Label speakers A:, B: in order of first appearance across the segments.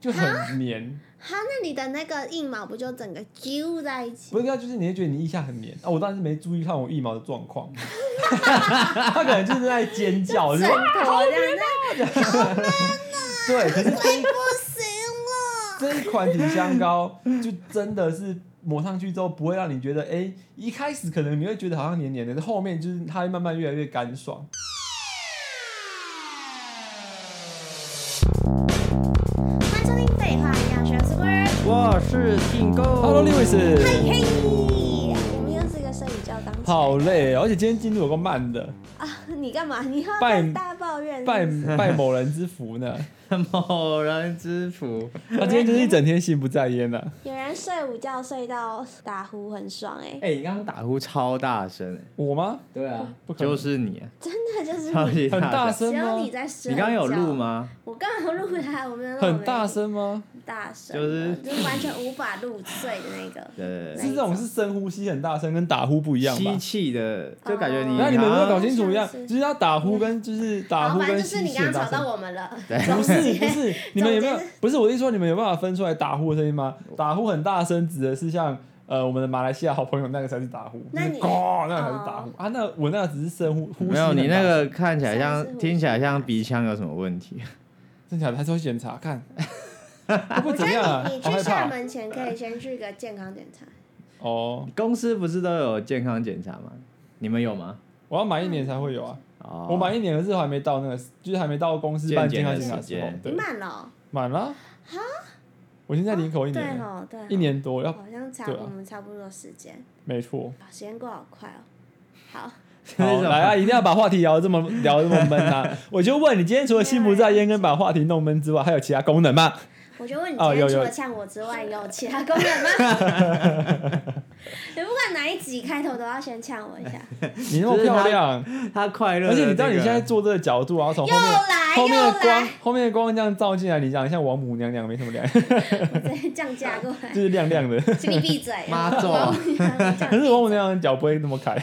A: 就很黏，
B: 它那里的那个硬毛不就整个揪在一起
A: 不？是啊，就是你会觉得你腋下很黏啊。我当时没注意看我腋毛的状 况，他可能就是在尖叫，就是啊
B: 枕头啊这样，啊
A: 对。可是这一
B: 那不行了。
A: 这一款体香膏就真的是抹上去之后，不会让你觉得，哎、一开始可能你会觉得好像黏黏的，但后面就是它会慢慢越来越干爽。
B: 欢迎收听《废话营养学》，我是龟儿。
C: 我是订购。
A: Hello Lewis，
B: 嘿，我们又是一个睡午觉当起
A: 好累、哦，而且今天进度有个慢的，
B: 啊！你干嘛？你要
A: 拜
B: 大抱怨是不
A: 拜
B: 是？
A: 拜某人之福呢。
C: 某人之福，
A: 他、今天就是一整天心不在焉呢、啊。
B: 有人睡午觉睡到打呼，很爽哎、
C: 哎、你刚刚打呼超大声、哎
A: 我吗？
C: 对啊
A: 不，可能
C: 就是你，
B: 真的就是
C: 超级
A: 很大声
C: 声。
B: 只有
A: 吗
B: 你？在睡。
C: 你刚刚有录？吗？
B: 我刚刚有录呀，我没有录。欸
A: 很大，声吗？
B: 大声
C: 就是
B: 的，就是完全无法入睡的那个。
C: 对对对
A: 是这种是深呼吸很大声，跟打呼不一样吧
C: 吸？气的，
B: 哦
C: 就感觉你
A: 那你们有没有搞
C: 好
A: 清楚一样
B: 好像，是
A: 就是要打呼跟就是打
B: 好，
A: 呼
B: 反正
A: 跟
B: 就是
A: 吸
B: 你
A: 气
B: 刚
A: 很
B: 刚
A: 大
B: 吵
A: 声
B: 到。我 们了。
C: 像
A: 不是不 是，你们有没有
B: 总之？
A: 不是我的意思说，你们有办法分出来打呼的声音吗？打呼很大声，指的是像呃我们的马来西亚好朋友那个才是打呼，
B: 那
A: 就是
B: 你哦
A: 咣那个才是打呼啊，那我那个只是深呼呼吸很
C: 没
A: 大
C: 有，
A: 声。
C: 你那个看起来
B: 上次
C: 像，
B: 我
C: 听起来像鼻腔有什么问题？
A: 真假的，还是要去检查 看，会不
B: 我
A: 会
B: 觉
A: 怎样
B: 得
A: 啊
B: 你？你
A: 好
B: 去
A: 害
B: 厦
A: 怕
B: 门前可以先去一个健康检查。
A: 哦，
C: 公司不是都有健康检查吗？你们有吗？
A: 我要满一年才会有啊，
C: 哦，
A: 我满一年可是还没到那个，就是还没到公司办
C: 健
A: 健
C: 检
A: 康
C: 的
A: 检查的
C: 时
A: 时候
C: 间，
B: 你
A: 对，
B: 慢了哦、
A: 满了啊。我现在领口一
B: 对
A: 年了，
B: 哦，对哦，
A: 一年多要
B: 好像差
A: 对啊
B: 我们差不多时间，
A: 没错。
B: 啊时间过好快哦。好，
A: 好，来啊！一定要把话题聊得这么聊得这么闷 啊！我就问你，今天除了心不在焉跟把话题弄闷之外，还有其他功能吗？
B: 我就问你，
A: 哦
B: 今天
A: 有
B: 除
A: 有
B: 了呛我之外，有其他功能吗？ 你不管哪一集开头都要先呛我一
A: 哎
B: 下。
A: 你那么漂亮，
C: 他快乐的
A: 而
C: 那个，
A: 且你知道你现在坐这个角度，然后从
B: 又
A: 后面
B: 来
A: 后面的
B: 哎又
A: 光
B: 来，
A: 后面的光这样照进来，你讲像王母娘娘没什么 两样，
B: 我直接降价过 来
A: 就，是亮亮的。
B: 请你闭嘴。
C: 妈
B: 然后
C: 咒
B: 我这样
A: 可是王母娘娘脚不会那么开。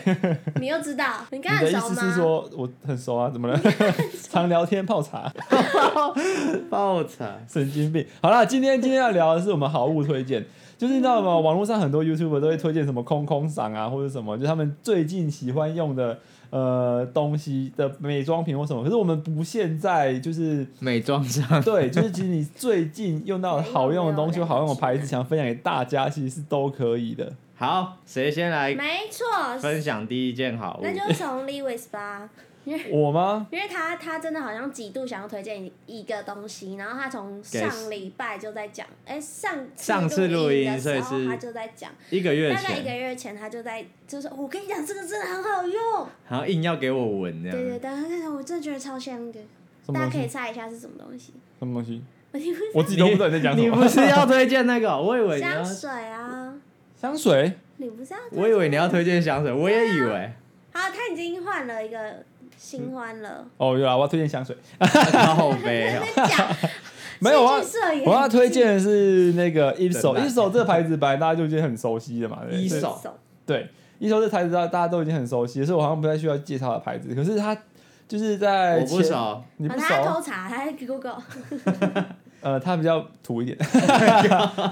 B: 你又知道， 你刚
A: 你
B: 很
A: 的意
B: 熟
A: 思是
B: 吗？
A: 说我很熟啊？怎么了？ 常聊天泡茶，
C: 爆惨，
A: 神经病。好啦，今天今天要聊的是我们好物推荐。就是你知道吗？网络上很多 YouTuber 都会推荐什么空空赏啊，或者什么，就是他们最近喜欢用的呃东西的美妆品或什么。可是我们不限在 就是
C: 美妆上
A: 对，就是其实你最近用到的好用的东西、好用的牌子，想分享给大家，其实是都可以 的。
C: 好，谁先来
B: 没错，
C: 分享第一件好物？
B: 那就从 Lewis 吧，
A: 我吗？
B: 因为他他真的好像极度想要推荐一个东西，然后他从上礼拜就在讲，哎、上
C: 上次录
B: 音
C: 音
B: 的时
C: 所以
B: 候
C: 是
B: 他就在讲，
C: 一个月
B: 大概一个
C: 前，
B: 月前他就在就说，我跟你讲这个真的很好用，
C: 然后硬要给我闻这
B: 对对对，
C: 样，
B: 但是我真的觉得超香的，
A: 什么
B: 大家
A: 东
B: 可
A: 西？
B: 以猜一下是什么东 西，
A: 什么东西？
B: 我听不
A: 我自己都不知道你在讲什
C: 你
A: 么
C: 不。是要推荐那个？我以为你要
B: 香，水啊，
A: 香水？
B: 你不是要？
C: 我以为你要推荐香水，我也以 为。
B: 好，他已经换了一个新 欢了，
A: 哦，有啊，我要推荐香水。
C: 好悲 哦，
B: 在讲
A: 没有啊
B: 戏剧摄影
A: 我要推荐的是那个一
C: 真
A: 手，
C: 烂
A: 一手这个牌子本来大家就已经很熟悉的嘛。对不对
C: 一手
A: 对，一手这牌子大大家都已经很熟悉，所以我好像不太需要介绍的牌子。可是它就是在
C: 我不
A: 前，
C: 熟，
A: 你
B: 好
A: 不
B: 他
A: 熟，啊
B: 偷查，他在 Google，
A: 呃，它比较土一 点，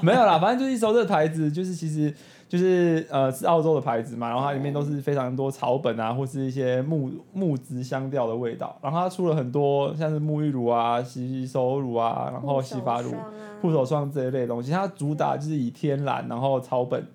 A: 没有啦，反正就是一手这牌子，就是其实就是呃是澳洲的牌子嘛，然后它里面都是非常多草本啊，或是一些木木质香调的味道，然后它出了很多像是沐浴乳啊、洗手乳啊，然后洗发乳
B: 护手。霜啊
A: 护手霜这一类东西，它主打
B: 嗯
A: 就是以天然，然后草本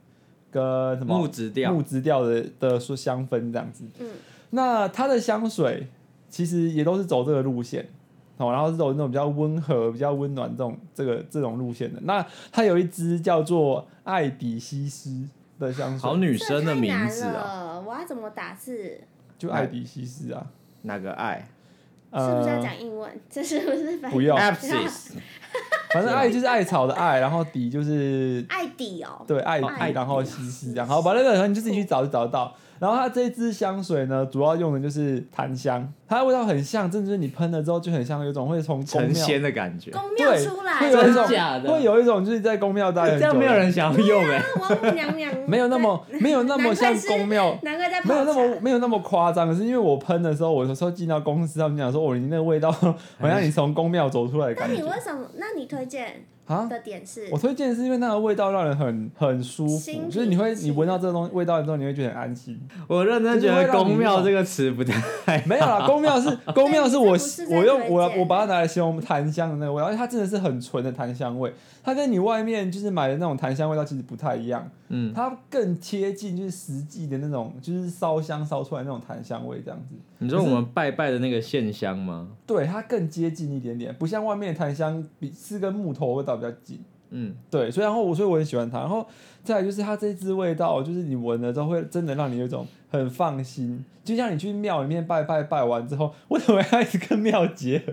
A: 跟什么
C: 木质调
A: 木，质调的的说香氛这样子。
B: 嗯，
A: 那它的香水其实也都是走这个路线，哦，然后是走那种比较温和、比较温暖这种这个这种路线的。那它有一支叫做艾比西斯的香
C: 好
A: 水，
C: 女生的名字
B: 这太难
C: 啊，
B: 了，我要怎么打字？
A: 就艾比西斯啊，
C: 哪个爱
B: 是不是要
A: 呃，
B: 讲英文？这是不是反
A: 不用，
C: ？Absis，
A: 反正艾就是艾草的艾，然后底就是
B: 艾迪哦？
A: 对，艾
C: 哦艾
A: 迪，
C: 迪
A: 然后
B: 啊
A: 西施这样。好，把那个你就自己去找就找得到。然后它这支香水呢，主要用的就是檀香，它的味道很像，真的就是你喷了之后就很像，有种会从宫
C: 成
A: 庙，
C: 仙的感觉，
B: 公庙
A: 对
B: 出来，
A: 会有一种
C: 真假的
A: 会有一种就是在宫庙待很
C: 这样
A: 久
C: 没有
A: 的
C: 人想要用 哎，
B: 那王母娘娘
A: 没有那么没有那么
B: 难怪
A: 像
B: 是
A: 宫庙。
B: 难怪在泡
A: 没有那么
B: 茶
A: 没有那么夸张，可是因为我喷的时候，我有时候进到 公司，他们讲说，哦，你那个味道好像你从宫庙走出来的
B: 那
A: 感
B: 你
A: 觉。
B: 为什么？那你推荐
A: 啊。
B: 的点是
A: 我，推荐的是因为那个味道让人很很舒
B: 心
A: 服，
B: 平
A: 就是你会
B: 气
A: 你闻到这个东西味道之后，你会觉得很安心。
C: 我认真觉
A: 就是会
C: 得“
A: 让你
C: 公庙
A: 用”
C: 这个词不 太
A: 没有啦，公庙 是公庙是我
B: 这不是在
A: 我用
B: 推
A: 我
B: 荐
A: 我把它拿来形容檀香的那个味道，因为它真的是很纯的檀香味，它跟你外面就是买的那种檀香味道其实不太一样，
C: 嗯
A: 它更贴近就是实际的那种就是烧香烧出来那种檀香味这样子。
C: 你说我们拜拜的那个线香吗？
A: 对，它更接近一点点，不像外面的檀香比是跟木头味道比较近。
C: 嗯，
A: 对，所以然后我所以我很喜欢它，然后再来就是它这支味道，就是你闻了之后会真的让你有一种很放心，就像你去庙里面拜拜拜完之后，为什么要一直跟庙结 合？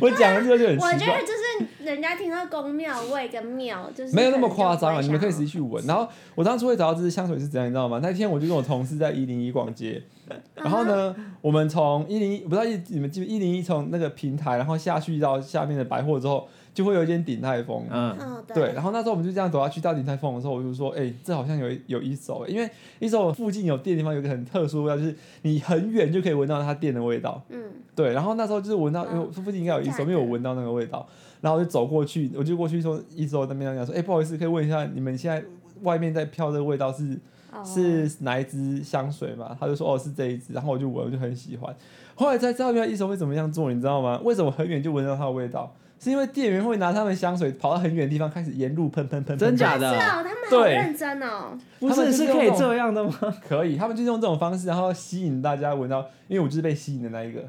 A: 我讲了之后就很
B: 我
A: 奇
B: 觉
A: 怪
B: 得。就是人家听到公庙味跟庙，就是
A: 没有那么
B: 可能就
A: 夸张
B: 不
A: 啊，
B: 会
A: 你们可以
B: 想
A: 实际去闻。然后我当初会找到这支香水是怎样，你知道吗？那天我就跟我同事在一零一逛街， 然后
B: 啊
A: 呢，我们从一零一，不知道一你们记不一零一从那个平台，然后下去到下面的百货之后，就会有一间鼎泰丰。
C: 嗯，
B: 嗯，
A: 对，，然后那时候我们就这样走下去到鼎泰丰的时候，我就说，哎、这好像有一有一手，因为一手附近有店的地方有一个很特殊的味道，就是你很远就可以闻到它店的味道。
B: 嗯，
A: 对，然后那时候就是闻到，因为我附近应该有一手，
B: 真
A: 因
B: 的
A: 为我闻到那个味道，然后我就走过去，我就过去说一手那边跟他讲说，哎、不好意思，可以问一下你们现在外面在飘的味道是
B: 哦
A: 是哪一支香水嘛？他就说哦是这一支，然后我就闻，我就很喜欢。后来才知道原来一手会怎么样做，你知道吗？为什么很远就闻到它的味道？是因为店员会拿他们香水跑到很远的地方开始沿路喷喷喷，
C: 真假
A: 的？
B: 是
C: 的？
B: 哦，他们好
A: 对
B: 认真哦，
A: 他
C: 不
A: 们
C: 是
A: 就是是
C: 可
A: 用
C: 以
A: 那种
C: 这样的 吗？
A: 可以，他们就是用这种方式，然后吸引大家闻到。因为我就是被吸引的那一个，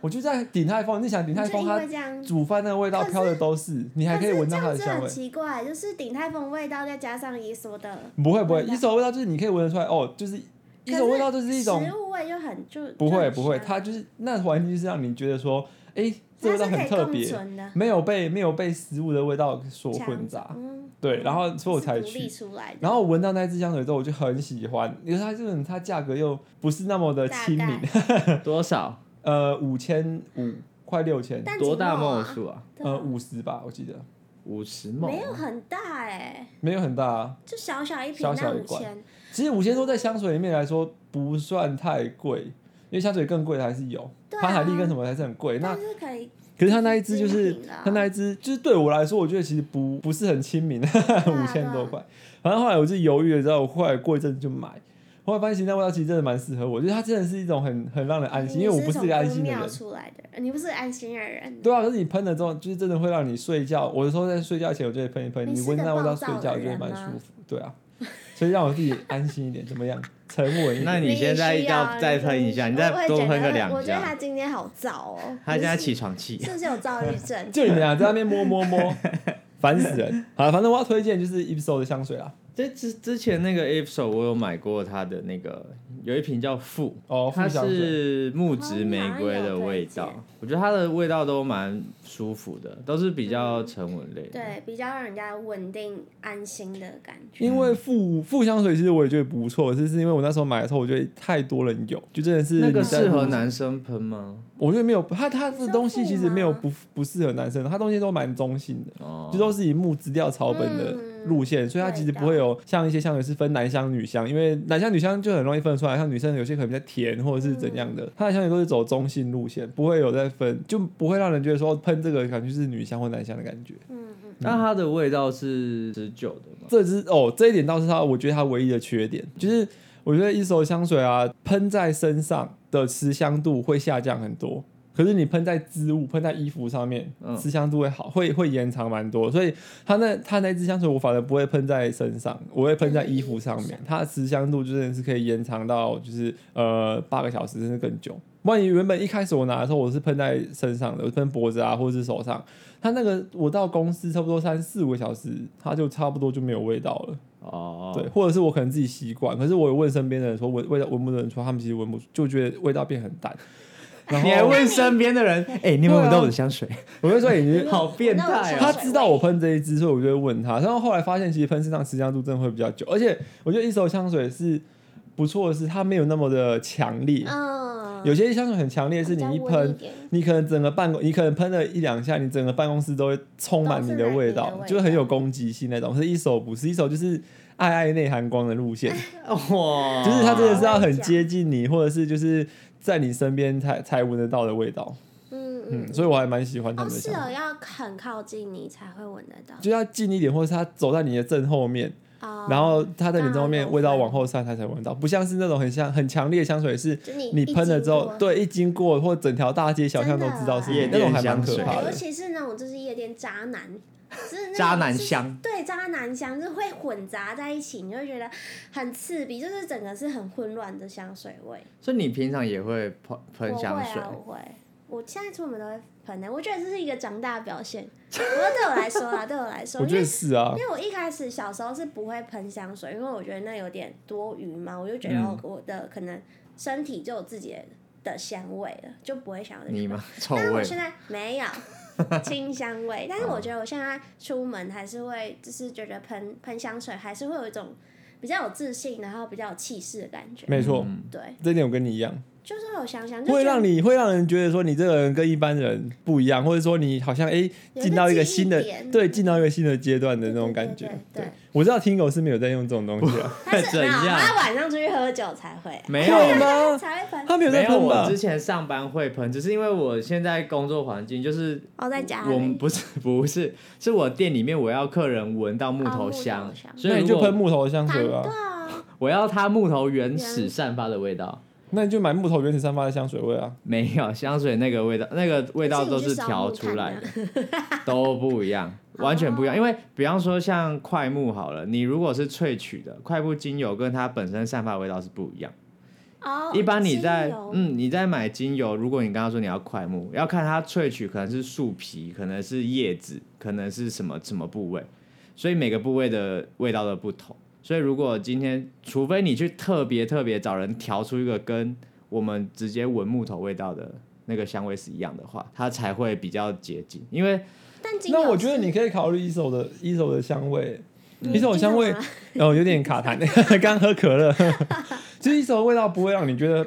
A: 我就在鼎泰丰，你想鼎泰
B: 就
A: 丰
B: 因
A: 它
B: 为这样。
A: 煮饭那个味道
B: 可是
A: 飘的都是，你还可以闻到它
B: 可
A: 的
B: 是这
A: 香
B: 样子
A: 味
B: 很。奇怪，就是鼎泰丰味道，再加上伊索啊的
A: 不会不会，
B: 味道
A: 一手味道就是你可以闻得出来哦，就是一手味道就是一种
B: 食物味，就很就
A: 不
B: 就
A: 会
B: 很
A: 不会，
B: 香
A: 它就是那环境就是让你觉得说，哎、这
B: 它
A: 味道
B: 是可
A: 很
B: 以
A: 特
B: 共
A: 别，
B: 存啊的，
A: 没有被没有被食物的味道所混杂，
B: 嗯，
A: 对，然后所以我
B: 是
A: 才
B: 独
A: 去。
B: 立出来的，
A: 然后我闻到那支香水之后，我就很喜欢，因为它这种它价格又不是那么的
B: 大
A: 亲民
B: 概，
C: 多少？
A: 呃，五千五快六千，
B: 但
C: 多大
B: 几
C: 梦
B: 啊
C: 数啊？
B: 对
A: 呃，
B: 吧
A: 五十吧，我记得
C: 五十
A: 啊
C: 梦
B: 没有很大哎，
A: 没有很大、啊。
B: 就小小一瓶
A: 小
B: 那
A: 小一
B: 五
A: 罐
B: 千，
A: 其实五千多在香水里面来说不算太贵，因为香水更贵的还是有，
B: 对啊
A: 潘海利跟什么还是很贵。那
B: 但是可以
A: 可是他那一支就是
B: 精品啦
A: 他那一支，就是对我来说，我觉得其实不不是很亲民， 五千多
B: 啊
A: 块。反正后来我就犹豫了之后，我后来过一阵子就买。后来发现其实那味道其实真的蛮适合我，就是它真的是一种很很让人安心，因为我不是一个安心的
B: 你是从公庙
A: 人。
B: 出来的人，你不是安心的人，
A: 对啊，可是你喷了之后，就是真的会让你睡觉。我有时候在睡觉前，我就会喷一喷，
B: 你
A: 你
B: 是
A: 闻
B: 个
A: 那味道
B: 暴
A: 睡
B: 躁
A: 觉，
B: 的
A: 我觉得
B: 人
A: 蛮
B: 吗
A: 舒服。对啊，所以让我自己安心一点，怎么样？沉稳一点。
C: 那你现在要再喷一下，你再多喷个两
B: 我觉得他
C: 下。
B: 今天好燥哦，
C: 他现在起床气，
B: 是不是有躁郁 症？
A: 就你们俩在那边摸摸摸，烦死人。好了，反正我要推荐就是 e p s o 的香水啦。
C: 这之之前那个 a p s o 我有买过它的那个，有一瓶叫富，
A: 哦，
C: 它
A: 复香水
C: 是木质玫瑰的味
B: 哦好像
C: 道
B: 有，
C: 我觉得它的味道都蛮舒服的，都是比较沉稳类的。
B: 嗯对，比较让人家稳定安心的感觉。
A: 因
C: 嗯
A: 为复复香水其实我也觉得不错，只是因为我那时候买的时候，我觉得太多人有，就真的是
C: 那个
A: 你在
C: 适合
A: 路上，
C: 男生喷吗？
A: 我觉得没有，它它
B: 你说
A: 的东西其
B: 复
A: 实
B: 吗
A: 没有不不适合男生，它东西都蛮中性的，
C: 哦，
A: 就都是以木质调草本的
B: 嗯
A: 路线，所以它其实
B: 味道
A: 不会有像一些香水是分男香女香，因为男香女香就很容易分得出来，像女生有些可能比较甜或者是怎样
B: 嗯
A: 的，它的香水都是走中性路线，不会有在分，就不会让人觉得说喷这个感觉是女香或男香的感觉。
B: 嗯嗯，
C: 那它的味道是持久的吗？
A: 这支哦，这一点倒是它，我觉得它唯一的缺点就是，我觉得一手香水啊，喷在身上的持香度会下降很多。可是你喷在织物、喷在衣服上面
C: 嗯，
A: 持香度会好，会会延长蛮多。所以它那它那支香水，我反而不会喷在身上，我会喷在衣服上
C: 嗯
A: 面。它的持香度就真的是可以延长到就是呃八个小时，甚至更久。万一原本一开始我拿的时候，我是喷在身上的，我喷脖子啊或者是手上，它那个我到公司差不多三四五个小时，它就差不多就没有味道了。
C: 哦，
A: 对，，或者是我可能自己习惯，可是我有问身边的人说闻味道闻不闻得出来，他们其实闻不出，就觉得味道变很淡。然
C: 你还
A: 后
C: 问身边的人，哎、你有没有闻到我的香水？
A: 我就说哎你
B: 啊对啊
C: 好变态
A: 他
C: 哦！
A: 知道我喷这一支，所以我就会问他。然后后来发现，其实喷身上持香度真的会比较久，而且我觉得一手香水是不错的是，它没有那么的强烈。
B: 嗯，
A: 有些香水很强烈，是你一
B: 比较稳
A: 喷，
B: 点
A: 你可能整个办公，你可能喷了一两下，你整个办公室都会充满你的味
B: 都是
A: 道
B: 那，
A: 就是很有攻击性那种。可是一手不是，一手就是爱爱内涵光的路 线。
C: 哇，
A: 就是它真的是要很接近你，或者是就是在你身边才才闻得到的味道。
B: 嗯嗯
A: 嗯，所以我还蛮喜欢他
B: 哦，
A: 们的
B: 是
A: 香氛。
B: 哦，要很靠近你才会闻得到。
A: 就要近一点，或者是他走在你的正后面，
B: 哦，
A: 然后他在你正后
B: 那
A: 面，
B: 我
A: 味道
B: 懂
A: 往后散，他才闻到。不像是那种很香、很强烈的香水，是
B: 就你
A: 你
B: 一
A: 喷了
B: 经
A: 之后
B: 过，
A: 对，一经过或整条大街小巷都知道是
B: 真的
A: 你
B: 哎
C: 啊
A: 那种还蛮可
C: 夜店
A: 怕
C: 香
B: 尤
A: 的。
B: 其是那种就是夜店渣男，就是那种
C: 渣男
B: 就是
C: 香
B: 对渣男香，就是会混杂在一起，你就会觉得很刺鼻，就是整个是很混乱的香水味。
C: 所以你平常也会喷
B: 我
C: 喷
B: 会
C: 香水
B: 啊，，我会，我现在出门都会喷的。我觉得这是一个长大的表现。不过对我来说啦，啊对我来说，
A: 我
B: 因
A: 觉
B: 为
A: 得是啊
B: 因，为我一开始小时候是不会喷香水，因为我觉得那有点多余嘛，我就觉得
C: 嗯
B: 我的可能身体就有自己的香味了，就不会想要再去
C: 你
B: 喷
C: 吗？臭
B: 但是我
C: 味
B: 现在没有清香味，但是我觉得我现在出门还是会，就是觉得喷喷香水还是会有一种比较有自信，然后比较有气势的感觉。
A: 没错，
C: 嗯
B: 对，
A: 这点我跟你一样，
B: 就是会有香香，就
A: 会
B: 觉得
A: 让你会让人觉得说你这个人跟一般人不一样，或者说你好像哎
B: 有一个
A: 进到一个
B: 记忆
A: 新的
B: 点
A: 对，进到一个新的阶段的
B: 对
A: 那种
B: 对
A: 感
B: 对
A: 觉。
B: 对
A: 对，我知道听狗是没有在用这种东西啊，
B: 他是
C: 怎
B: 没有，
C: 样
B: 他晚上出去喝酒才会、啊，
C: 没
A: 会
C: 有
A: 吗？
B: 才会喷。
A: 他没有
C: 没
A: 在
C: 有，
A: 喷
C: 我
A: 吧
C: 之？前上班会喷，只是因为我现在工作环境就是
B: 哦，在家
C: 我们
B: 里。
C: 不是 不是，是我店里面我要客人闻到木
B: 哦木
C: 头
B: 头
C: 香，
B: 香
C: 所
A: 那你
C: 以如
A: 就
C: 果
A: 喷木头香水
B: 糖
A: 吧
B: 对。啊，
C: 我要它木头原
B: 原
C: 始散发的味道，
A: 那你就买木头原始散发的香水味啊。
C: 没有香水那个味道，那个味道都
B: 还是你去烧木啊哦
C: 调
B: 炭
C: 出来
B: 的
C: 的，都不一样，完全不一样。因为比方说像快木好了，你如果是萃取的快木精油，跟它本身散发的味道是不一样。
B: 哦，
C: 一般你在
B: 精油
C: 嗯你在买精油，如果你刚刚说你要快木，要看它萃取可能是树皮，可能是叶子，可能是什么什么部位，所以每个部位的味道都不同。所以如果今天，除非你去特别特别找人调出一个跟我们直接闻木头味道的那个香味是一样的话，它才会比较接近。因为
B: 但精油
A: 那我觉得
B: 是
A: 你可以考虑一手的一手的香味，一手
B: 精
A: 香
B: 油
A: 味
B: 吗
A: 哦有点卡痰， 刚喝可乐，其实一手的味道不会让你觉得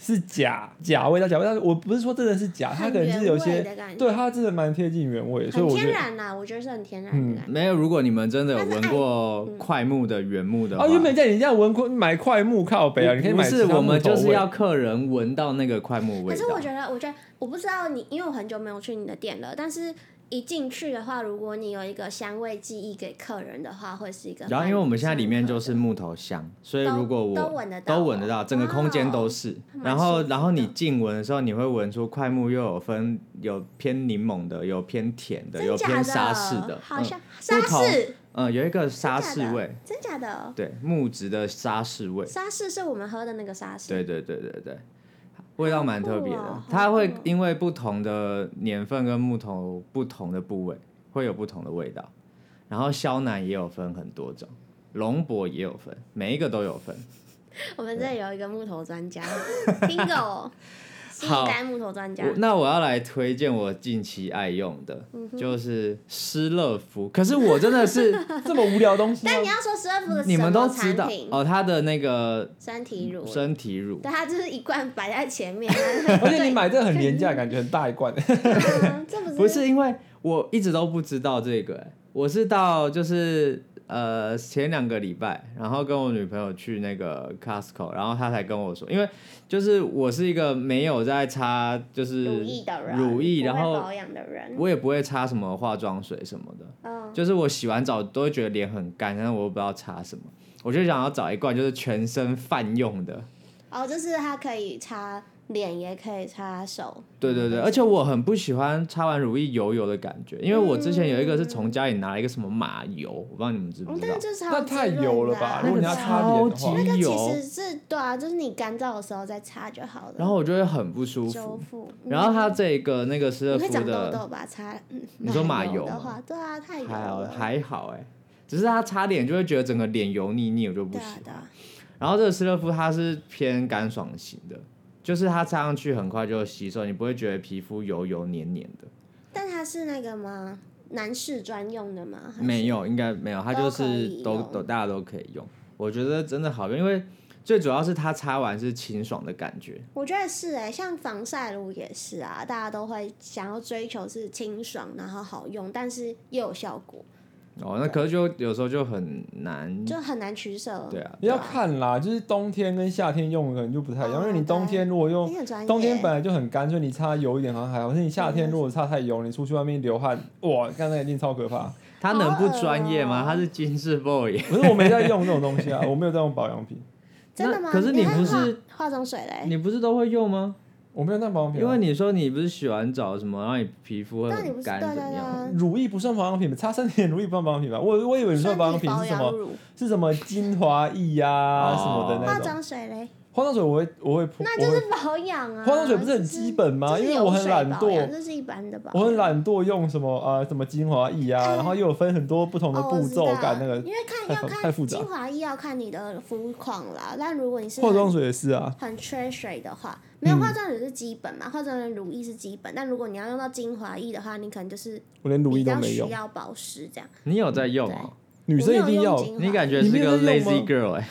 A: 是假假味道，假味道我不是说真的是假，它
B: 很
A: 可能是有
B: 原味
A: 些
B: 的感觉
A: 对它真的蛮贴近原味，所以
B: 很
A: 我觉
B: 天
A: 得
B: 然啦，我觉得是很天然的感觉。
C: 没有，如果你们真的有
B: 但是
C: 闻
B: 爱嗯
C: 过快木的原木的话，
A: 啊原本在你家闻过买块木靠北啊，你可以
C: 不
A: 买
C: 是
A: 其他
C: 我
A: 木
C: 们
A: 头
C: 就是
A: 味
C: 要客人闻到那个快木味
B: 可
C: 道。
B: 是我觉得，我觉得我不知道你，因为我很久没有去你的店了。但是一进去的话，如果你有一个香味记忆给客人的话，会是一个蛮深刻的。
C: 然后因为我们现在里面就是木头香，所以如果我
B: 都闻得到哦
C: 都闻得到，整个空间都是。然后
B: 蛮舒服的
C: 然后你近闻的时候，你会闻出快木又有分有偏柠檬的，有偏甜的，
B: 真
C: 有
B: 假
C: 偏沙士的，
B: 好
C: 嗯
B: 像沙
C: 不同
B: 士，
C: 嗯，有一个沙
B: 真假
C: 士
B: 的
C: 味，
B: 真假的
C: 对，木质的沙士味，
B: 沙士是我们喝的那个沙士，
C: 对对对对对。味道蛮特别
B: 好酷
C: 的
B: 哦，
C: 它
B: 好
C: 会
B: 酷哦
C: 因为不同的年份跟木头不同的部位会有不同的味道，然后肖楠也有分很多种，龙柏也有分，每一个都有分。
B: 我们这里有一个木头专家 ，Bingo，新一代木头专家
C: 我。那我要来推荐我近期爱用的，
B: 嗯
C: 就是施乐福。可是我真 的是
A: 这么无聊的东西吗，啊
B: 但你要说十二伏的
C: 你
B: 什
C: 们
B: 么
C: 都知
B: 产
C: 道
B: 品？
C: 哦，它的那个
B: 身体乳，
C: 身体乳，
B: 对，它就是一罐摆在前 面。
A: 而且你买这个很廉 价，感觉很大一罐，
B: 嗯这不
C: 不是因为我一直都不知道这个、欸我是到就是呃前两个礼拜，然后跟我女朋友去那个 Costco，然后她才跟我说，因为就是我是一个没有在擦就是
B: 乳液的人，
C: 乳液，然
B: 不会
C: 后
B: 保养的人，
C: 我也不会擦什么化妆水什么的。
B: 嗯，
C: 就是我洗完澡都会觉得脸很干，但是我又不知道擦什么，我就想要找一罐就是全身泛用的。
B: 哦，就是它可以擦脸，也可以擦手，
C: 对对对，而且我很不喜欢擦完乳液油油的感觉，因为我之前有一个是从家里拿了一个什么马油，我不知道你们知不
B: 嗯，
C: 知道
B: 但，就是超
A: 那太油了吧？
B: 滋润的啊
A: 如果你要擦脸的话
C: 那个超，级
B: 那
C: 油
B: 其实是对啊，就是你干燥的时候再擦就好了，
C: 然后我就会很不舒
B: 修
C: 服。
B: 复。
C: 然后它这个那个施乐
B: 嗯你会
C: 福
B: 长痘
C: 的
B: 痘吧？擦，嗯
C: 你说马
B: 油
C: 油
B: 的
C: 吗
B: 话，对啊，太油
C: 还好
B: 了，
C: 还好哎、只是它擦脸就会觉得整个脸油腻腻，我就不
B: 对
C: 喜
B: 啊
C: 欢。
B: 对啊，
C: 然后这个施乐肤它是偏干爽型的，就是它擦上去很快就吸收，你不会觉得皮肤油油黏黏的。
B: 但它是那个吗？男士专用的吗？还是
C: 没有，应该没有，它就
B: 都可
C: 是
B: 以
C: 都
B: 用
C: 都大家都可以用。我觉得真的好用，因为最主要是它擦完是清爽的感觉。
B: 我觉得是哎、像防晒乳也是啊，大家都会想要追求是清爽，然后好用，但是又有效果。
C: 哦，那可是就有时候就很难，
B: 就很难取舍。
C: 对啊，
A: 要看啦，就是冬天跟夏天用的可能就不太一样，
B: 哦
A: 因为你冬天如果用
B: 你很专业。欸
A: 冬天本来就很干，所以你擦油一点好像还好，可是你夏
B: 嗯
A: 天如果擦太油，你出去外面流汗，哇，刚才一定超可 怕。
C: 他能不专业吗？
B: 好恶哦
C: 他是金氏 boy，
A: 可是我没在用这种东西啊，我没有在用保养品，
B: 真的
C: 那
B: 吗？
C: 可是
B: 你
C: 你
B: 还
C: 不
B: 化
C: 是
B: 化妆水嘞？
C: 你不是都会用吗？
A: 我没有在用保养品啊、
C: 因为你说你不是洗完澡什么，让你皮肤会
B: 但你
C: 很
B: 不是
C: 干
B: 对对
C: 怎么
B: 对
C: 样？
B: 啊，
A: 乳液不算保养品吧，擦身体的乳液不算保养品吧？我我以为你
B: 身
A: 说
B: 体
A: 保养品是什
B: 养
A: 么？
B: 乳、
A: 是什么精华液呀、
C: 哦
A: 什么的那
B: 化
A: 种？
B: 妆水嘞？
A: 化妆水我会我会铺，
B: 那
A: 我
B: 就
A: 会
B: 是保养啊。
A: 化妆水不是很基本吗？因
B: 这是
A: 为我
B: 油
A: 很
B: 水
A: 懒
B: 保养
A: 惰，
B: 这是一般的吧？
A: 我很懒惰用什么呃什么精华液啊，
B: 哎
A: 然后又有分很多不同的
B: 哦，我
A: 步
B: 知道
A: 骤，干那个
B: 因为看
A: 太
B: 要
A: 复
B: 看
A: 太复杂
B: 精华液要看你的肤况啦。但如果你是
A: 化妆嗯
B: 很
A: 水也是啊，
B: 很缺水的话，没有化妆水是基本嘛，化妆水乳液是基本。但如果你要用到精华液的话，你可能就是
A: 我连乳
B: 比
A: 液都
B: 较
A: 没
B: 需
A: 用，
B: 要保湿这样。
C: 你有在用哦？
A: 女生一
B: 我没有
A: 定要
B: 用精华
C: 你感觉
A: 你
C: 是
A: 没有
C: 个
A: 在用吗
C: lazy girl 哎、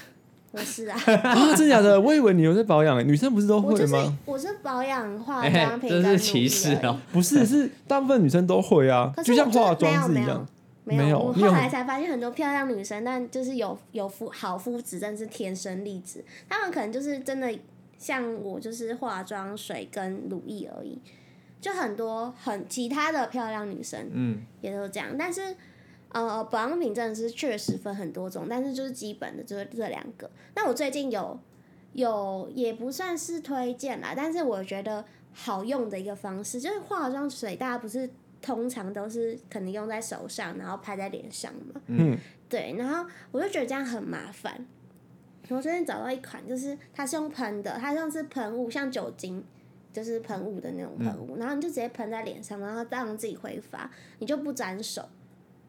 B: 我是啊，
A: 啊？真的假 的？我以为你有在保养欸，女生不是 都
B: 我
A: 会
B: 就是
A: 吗？
B: 我是保养化
C: 哎、
B: 妆品
C: 这
B: 跟
C: 是
B: 乳
C: 歧视
A: 啊
B: 液而已
C: 哦。
A: 不 是，是大部分女生都会啊，
B: 可是
A: 就
B: 我
A: 像
B: 真的
A: 化妆是
B: 没有
A: 一样。
B: 没
A: 没有
B: 我
A: 你有
B: 后来才发现很多漂亮女生，但就是有有肤好肤质，真的是天生丽质。她们可能就是真的像我，就是化妆水跟乳液而已。就很多很其他的漂亮女生
C: 嗯，
B: 也都这样，但是呃，保养品真的是确实分很多种，但是就是基本的就是这两个。那我最近有有也不算是推荐啦，但是我觉得好用的一个方式就是化妆水，大家不是通常都是可能用在手上，然后拍在脸上嘛，
A: 嗯，
B: 对，然后我就觉得这样很麻烦。我最近找到一款，就是它是用喷的，它像是喷雾，像酒精，就是喷雾的那种
C: 嗯
B: 喷雾，然后你就直接喷在脸上，然后再让自己挥发，你就不沾手，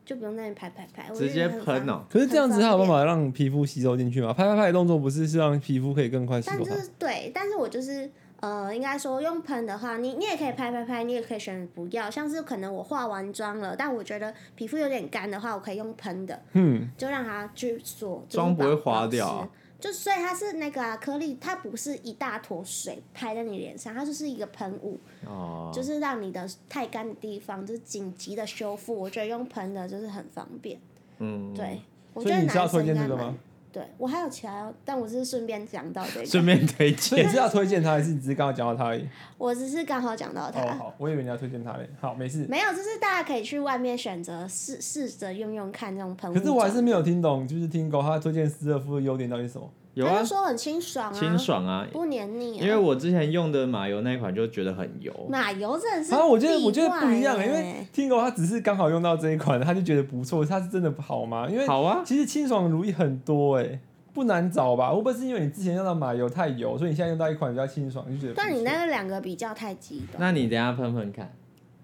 B: 就不用在那里拍拍拍，我就
C: 直
B: 觉
C: 接
B: 得很方
C: 喷哦、
A: 可是这样子，它有办
B: 很方便
A: 法让皮肤吸收进去吗？拍拍拍的动作不是是让皮肤可以更快吸
B: 但
A: 收
B: 就
A: 它？
B: 是对，但是我就是呃，应该说用喷的话，你你也可以拍拍拍，你也可以选不要。像是可能我化完妆了，但我觉得皮肤有点干的话，我可以用喷的，
A: 嗯，
B: 就让它去锁。就是
C: 妆不
B: 保
C: 会滑掉
B: 保
C: 啊
B: 湿就所以它是那个啊、颗粒，它不是一大坨水拍在你脸上，它就是一个喷雾，
C: 哦，
B: 就是让你的太干的地方就是紧急的修复。我觉得用喷的就是很方便。
C: 嗯，
B: 对，我
A: 所
B: 觉
A: 以
B: 得
A: 你是要
B: 男
A: 推
B: 生
A: 荐
B: 应
A: 这
B: 该
A: 个
B: 蛮
A: 吗？。
B: 对，我还有其他要，但我是顺便讲到这个。
C: 顺便推
A: 所以
C: 荐
A: 你是 要推荐它，还是你只是刚刚讲到它而已？
B: 我只是 刚好讲到它，
A: 哦，好，我以为你要推荐它嘞。好，没事。
B: 没有，就是大家可以去外面选择试试着用用看这种喷雾
A: 可
B: 装。
A: 是我还是没有听懂，就是听狗他推荐斯乐夫的优点到底是什么？
C: 有
B: 他
C: 啊
B: 就，说很清爽啊，
C: 清爽啊，
B: 不黏腻、啊。
C: 因为我之前用的马油那一款就觉得很油，
B: 奶油真的是、
A: 啊，我觉得我觉得不一样、
B: 欸，
A: 因为听狗他只是刚好用到这一款，他就觉得不错，它是真的好吗？因为
C: 好啊，
A: 其实清爽如意很多哎、不难找吧？会不会是因为你之前用到马油太油，所以你现在用到一款比较清爽，你就觉得不错？
B: 但你那个两个比较太激动。
C: 那你等一下喷喷看，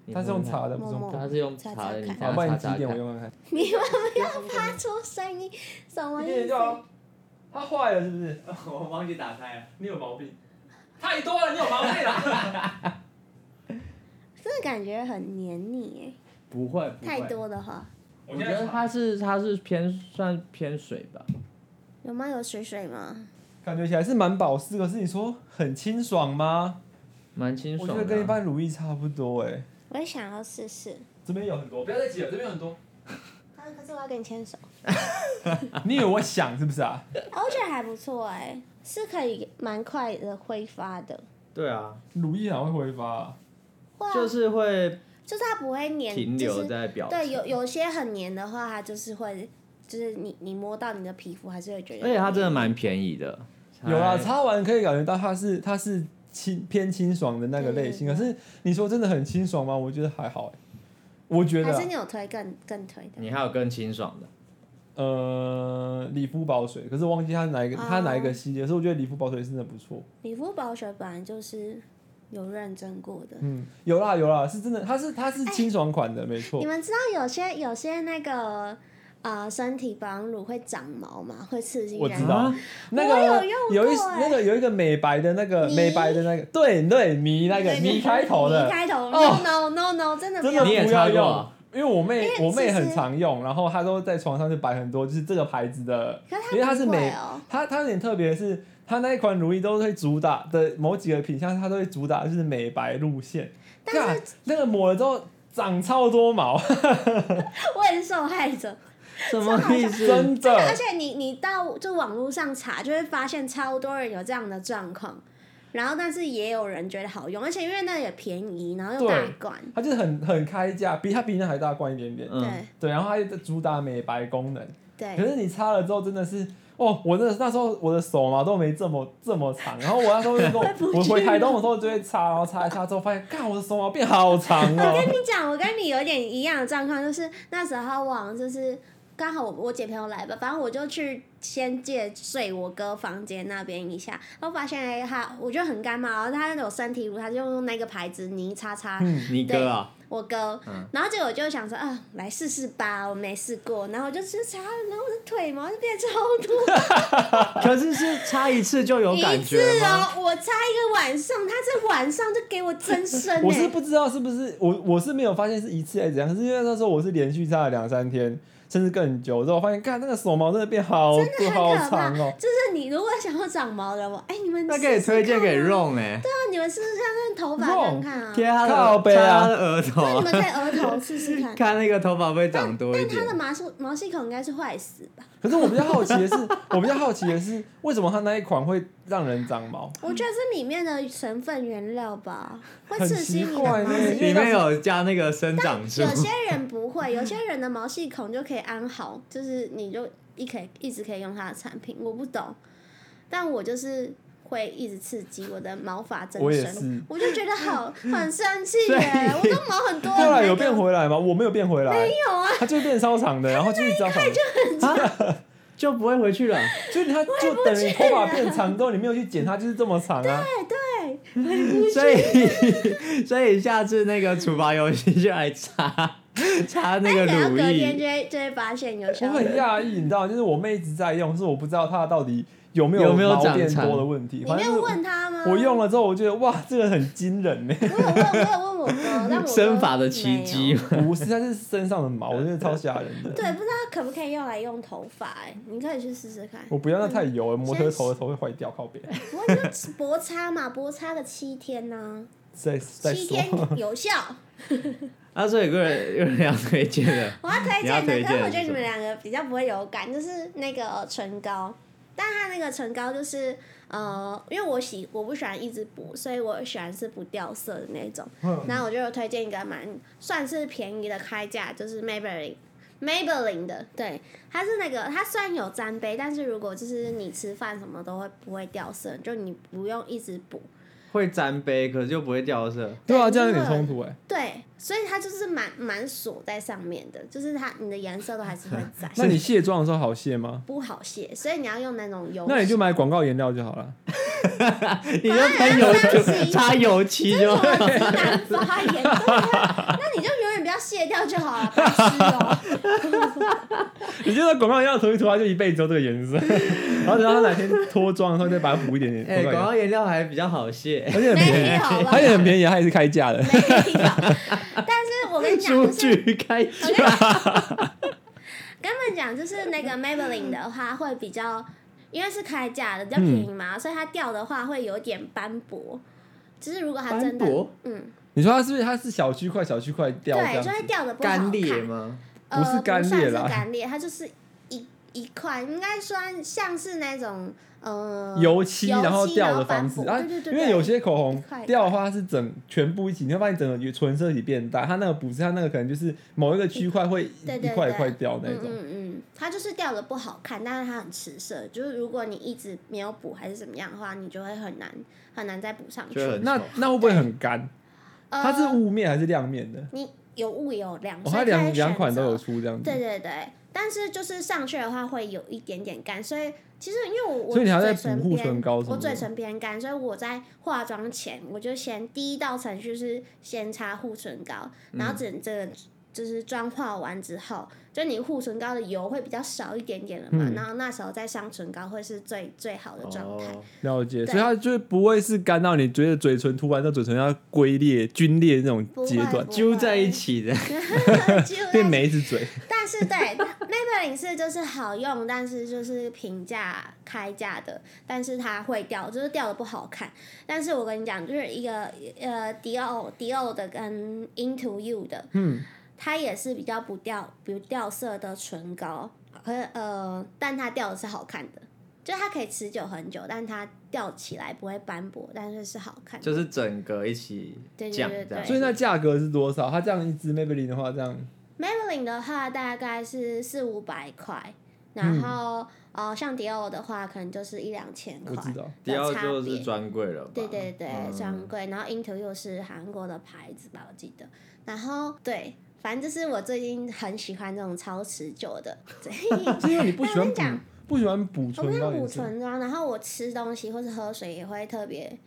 C: 你
A: 它
C: 喷
A: 是用
C: 喷看，
A: 擦的，不是用
B: 默
A: 喷
B: 默
A: 的。
C: 它是用
B: 擦
C: 擦
B: 擦
C: 的，你
B: 看
A: 好，
C: 等一
A: 不
C: 下
A: 然
C: 擦
A: 你几
C: 擦
A: 点我
C: 看。
A: 用用看？
B: 你们不要发出声音，什么
A: 一
B: 意
A: 点
B: 思
A: 就？好。它坏了是不是？哦
C: 我忘记打开了，
A: 你有毛病，太多了，你有毛病了。
B: 真的感觉很黏腻
C: 不会，
B: 哎，
C: 不
B: 太
C: 会。
B: 多的话，
C: 我觉得它是它是偏算偏水吧，
B: 有吗？有水水吗？
A: 感觉起来是蛮保湿，可是你说很清爽吗？
C: 蛮清
A: 我
C: 爽
A: 觉
C: 的啊。
A: 得跟一般乳液差不多哎、
B: 我也想要试试。
A: 这边有很多，不要再挤了，这边有很多。
B: 啊，可是我要跟你牵手。
A: 你以为我想是不是啊？
B: 啊我觉得还不错哎、是可以蛮快的挥发的。
C: 对啊，
A: 乳液还会挥发、
B: 会啊
C: 就是会
B: 就是它不会粘，
C: 停留
B: 就是
C: 在表层。
A: 啊
B: 对有有些很粘的话，它就是会，就是你你摸到你的皮肤还是会觉得，
C: 而且它真的蛮便宜的，才
A: 有啊，擦完可以感觉到它是它是清偏清爽的那个类型，
B: 对
A: 可是你说真的很清爽吗？我觉得还好、欸，我觉得
B: 还
A: 啊、
B: 是你有推更更推的，
C: 你还有更清爽 的，
A: 呃，理肤宝水，可是忘记它哪一个、
B: 哦
A: 它哪一个系列，所以我觉得理肤宝水真的不错。
B: 理肤保水本来就是有认证过的。
A: 嗯，有啦有啦，是真的，它是它是清爽款的，没错
B: 你。们知道有些有些那个呃身体保养乳会长毛嘛，会刺激
A: 我
B: 人
A: 知。道
C: 啊
A: 那
B: 我
A: 个
B: 有用
A: 有
B: 过
A: 一
B: 欸
A: 那个有一个美白的那个
B: 迷
A: 美白的那个，对对，迷那个
B: 对
A: 迷开头
B: 迷
A: 的，
B: 开头
A: 哦
B: ，no no no no，真的不
A: 真
B: 要
A: 的
C: 你
A: 不
C: 也
A: 要
C: 擦过
A: 用
C: 啊。
A: 因为我妹，
B: 因为
A: 我妹
B: 其实
A: 很常用，然后她都在床上就摆很多，就是这个牌子的，
B: 可是
A: 因为它
B: 它
A: 是
B: 不
A: 美
B: 贵哦，
A: 它它有点特别的是，它那一款乳液都会主打的某几个品相，它都会主打就是美白路线。
B: 但是
A: 干那个抹了之后，长超多 毛，
B: 我也是受害者。
C: 什么意思？
A: 真
B: 真的，而
A: 的。
B: 且你你到就网络上查，就会发现超多人有这样的状况。然后，但是也有人觉得好用，而且因为那也便宜，然后又大
A: 对
B: 罐，
A: 它就是很很开价，比它比那还大罐一点点。
C: 嗯
B: 对
A: 对，然后它也主打美白功能，可
B: 对，
A: 是你擦了之后真的是，哦，我那那时候我的手毛都没这么这么长，然后我那时候 就跟
B: 会不
A: 我我
B: 去
A: 回台
B: 吗
A: 东的时候就会擦，然后擦一擦之后发现，干我的手毛变好长 哦
B: 跟。你讲，我跟你有点一样的状况，就是那时候我好像就是刚好我我姐朋友来吧，反正我就去先借睡我哥房间那边一下，然后发现哎他我就很干嘛，然后他有身体乳，他就用那个牌子泥擦擦
A: 嗯，
C: 你哥啊，
B: 我哥，
C: 嗯
B: 然后结果我就想说啊，来试试吧，我没试过，然后我就去擦，然后我的腿毛就变超多，
C: 可是是擦一次就有
B: 一
C: 感
B: 次
C: 觉吗？
B: 哦，我擦一个晚上，他这晚上就给我增 生、欸，
A: 我是不知道是不是我我是没有发现是一次还是怎样，可是因为那时候我是连续擦了两三天，甚至更久之后，我发现看那个手毛真的变好多好
B: 很可怕
A: 长 哦。
B: 就是你如果想要长毛的我，哎、你们
C: 那可
B: 试
C: 以
B: 试
C: 推荐给
B: 看啊
C: Ron 哎，
B: 那你们试试看那个头发
A: Ron，
B: 看看啊，
C: 贴他
A: 靠
C: 的
A: 背
C: 贴
A: 啊
C: 他的额头
B: 那你
C: 啊，。
B: 们在额头试试看
C: 看那个头发会长多一
B: 但
C: 点
B: 它。的毛细毛细孔应该是坏死吧？
A: 可是我比较好奇的是，我比较好奇的是，为什么它那一款会让人长 毛？
B: 我觉得是里面的成分原料吧，会
A: 很
B: 刺
A: 奇
B: 激你的
A: 怪
B: 毛
A: 呢
B: 细
A: 因为
C: 里面有加那个生长素
B: 有，些人不会，有些人的毛细孔就可以安好，就是你就一可以一直可以用它的产品，我不懂，但我就是会一直刺激我的毛发增
A: 我也是
B: 生，我就觉得好很生气
C: 所以
B: 耶，我都毛很多，
A: 后来有
B: 哎那个
A: 变回来吗？我没有变回来，没
B: 没有啊，
A: 它就变超长的，然后就是超长的，
C: 就不会回去了。
A: 所以它就等于头发变长之后，你没有去剪它，就是这么长啊。
C: 所以， 所以下次那个处罚游戏就来 查查那个
B: 然后
C: 乳
B: 隔天就
C: 液
B: 会就会发现有
A: 我
B: 效果。
A: 很讶异，你知道，就是我妹一直在用，可是我不知道它到底有没
C: 有没有
A: 毛变
C: 长长
A: 多的问题。
B: 你
A: 反
B: 没
A: 正
B: 有
A: 就是
B: 问啊他吗？
A: 我用了之后，我觉得哇，这个很惊人呢。欸
B: 我有问，我有问我哥，但我哥
C: 生发的奇
B: 没
C: 迹
B: 有。
C: 嘛。
A: 不是，它是身上的毛，我觉得超吓人的。
B: 对，不知道可不可以用来用头发？哎，你可以去试试看。
A: 我不要那太油
B: 嗯
A: 了，摩托头的头会坏掉，靠边。
B: 不过就摩擦嘛， 摩擦个七天呢、
A: 再再
B: 七
A: 说，
B: 天有效。
C: 啊，所以有个人有人要推荐的，
B: 我要推荐
C: 你
B: 的，
C: 要推荐的
B: 可是我
C: 是
B: 觉得
C: 什
B: 你
C: 么
B: 们两个比较不会有感，就是那个唇膏。但它那个唇膏就是呃，因为我喜我不喜欢一直补，所以我喜欢是不掉色的那种。
A: 嗯
B: 然后我就有推荐一个蛮算是便宜的开价，就是 Maybelline。Maybelline 的，对，它是那个，它虽然有沾杯，但是如果就是你吃饭什么都会不会掉色，就你不用一直补，
C: 会沾杯，可是就不会掉色。
A: 对啊，
B: 对
A: 这样有点冲突哎。，
B: 对，所以它就是蛮蛮锁在上面的，就是它你的颜色都还是会在
A: 那你卸妆的时候好卸吗？
B: 不好卸，所以你要用那种油。
A: 那你就买广告颜料就好了。
C: 你就 喷油
B: 行
C: 漆，擦油漆就好。
B: 难发炎，对啊，那你就永远不要卸掉就好了，白痴哦。
A: 你就在广告颜料涂一涂，它就一辈子都这个颜 色。然后等到它哪天脱妆的时候，再把它补一点点
C: 哎，
A: 广告
C: 广
A: 颜料，
C: 告颜料还比较好卸，
A: 而且很便
B: 没
A: 宜
B: 有， 好吧？
A: 而且很便宜，它也是开价的。
B: 没有，但是我跟你讲，
C: 数
B: 就是
C: 据开
B: 我
C: 价
B: 跟你讲跟他们讲，就是那个 Maybelline 的话会比较，因为是开价的，比较便宜
C: 嗯
B: 嘛，所以它掉的话会有点斑驳。就是如果它真
C: 斑
B: 的，
C: 驳
B: 嗯，
A: 你说它是不是它是小区块小区块掉这
B: 对，
A: 样
B: 就
A: 子？
B: 会掉的不好看。
C: 干裂吗？
B: 呃，
A: 不是干
B: 不算
A: 裂
B: 是
A: 啦
B: 干裂，它就是一一块，应该算像是那种呃
A: 油漆
B: 油
A: 然后
B: 漆
A: 掉
B: 然
A: 的
B: 后斑
A: 方式
B: 驳
A: 啊，
B: 对对对
A: 因为
B: 对
A: 有些口红
B: 一块一
A: 掉的话它是整全部一起，你会发现整个唇色体变大，它那个不是它那个可能就是某一个区块会一
B: 对
A: 一
B: 对
A: 块一
B: 对
A: 块掉那
B: 嗯
A: 种。
B: 嗯嗯，它就是掉的不好看，但是它很持色，就是如果你一直没有补还是怎么样的话，你就会很难很难再补上去
C: 就。很
A: 那
C: 丑
A: 那会不会很干？
B: 呃，
A: 它是雾面还是亮面的？
B: 你有雾有亮，
A: 哦，
B: 所
A: 它
B: 以可
A: 两
B: 以
A: 两
B: 选
A: 款都
B: 择
A: 有出这样子
B: 对，对对，但是就是上去的话会有一点点干，所以其实因为我我
A: 所以你还在
B: 嘴唇
A: 补护
B: 边
A: 唇膏什么
B: 我
A: 的
B: 嘴唇偏干，所以我在化
A: 嗯
B: 妆前我就先第一道程序是先擦护唇膏，然后整这个就是妆化完之后，就你护唇膏的油会比较少一点点了嘛，
A: 嗯
B: 然后那时候再上唇膏会是最最好的状态。
C: 哦，
A: 了解，
B: 对
A: 所以它就是不会是干到你觉得嘴唇突然到嘴唇要龟裂、皲裂那种阶段
B: 不，会
C: 揪在一起的，
B: 就
A: 变梅子嘴。
B: 但是对 Maybelline 是就是好用，但是就是平价开价的，但是它会掉，就是掉的不好看。但是我跟你讲，就是一个呃迪奥迪奥的跟 Into You 的，
A: 嗯，
B: 它也是比较不掉不掉色的唇膏，可呃，但它掉的是好看的，就是它可以持久很久，但它掉起来不会斑驳，但是是好看的。
C: 就是整个一起
B: 对对
C: 降
B: 对
C: 这样。
B: 对
A: 所以那价格是多少？它这样一支 Maybelline 的话，这样
B: Maybelline 的话大概是四五百块，
C: 嗯
B: 然后、呃，像迪奥的话可能就是一两千
A: 我
B: 块
A: 知道。
C: 第
B: 的
C: 二
B: 差
C: 就是
B: 别。
C: 专柜了吧？
B: 对对对，
C: 嗯
B: 专柜，然后 Into 又是韩国的牌子吧，我记得。然后对，反正就是我最近很喜欢这种超持久的，对
A: 是因为你不喜欢
B: 我跟
A: 补
B: 你讲，
A: 不喜欢补
B: 我不
A: 唇
B: 是
A: 膏
B: 补
A: 颜色。
B: 唇妆，然后我吃东西或是喝水也会特别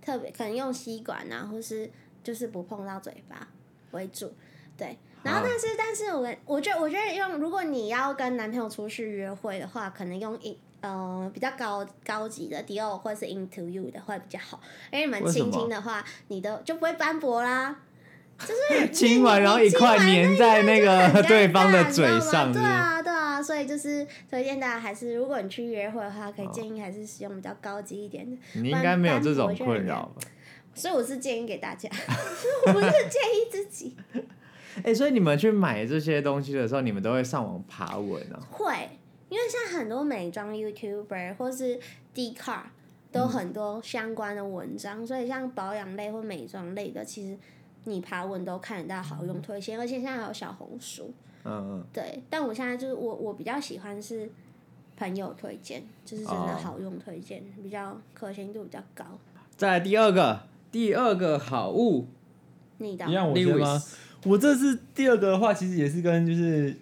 B: 特别，可能用吸管啊，或是就是不碰到嘴巴为主。对，然后
C: 好
B: 但是但是我我觉得我觉得用，如果你要跟男朋友出去约会的话，可能用一呃比较高高级的迪奥或是 Into You 的会比较好，因为你们
C: 为什
B: 亲
C: 么
B: 亲的话，你的就不会斑驳啦。
C: 亲完然后一块粘在那个 对方的嘴上，
B: 对
C: 是不是
B: 啊，对啊，所以就是推荐大家还是，如果你去约会的话，可
C: 啊
B: 以建议还是使用比较高级一点的。
C: 你应该没有这种困扰吧？
B: 所以我是建议给大家， 我不是建议自己
C: 哎、所以你们去买这些东西的时候，你们都会上网爬文啊？
B: 会，因为像很多美妆 YouTuber 或是 d c a r 都有很多相关的文章，所以像保养类或美妆类的，其实你爬文都看得到好用推荐，而且现在还有小红书。
C: 嗯，
B: 对，但我现在就是我我比较喜欢是朋友推荐，就是真的
C: 哦
B: 好用推荐，比较可信度比较高。
C: 再来第二个，第二个好物
B: 你的
A: 一样我先吗？
C: ，Lewis
A: 我这是第二个的话，其实也是跟就是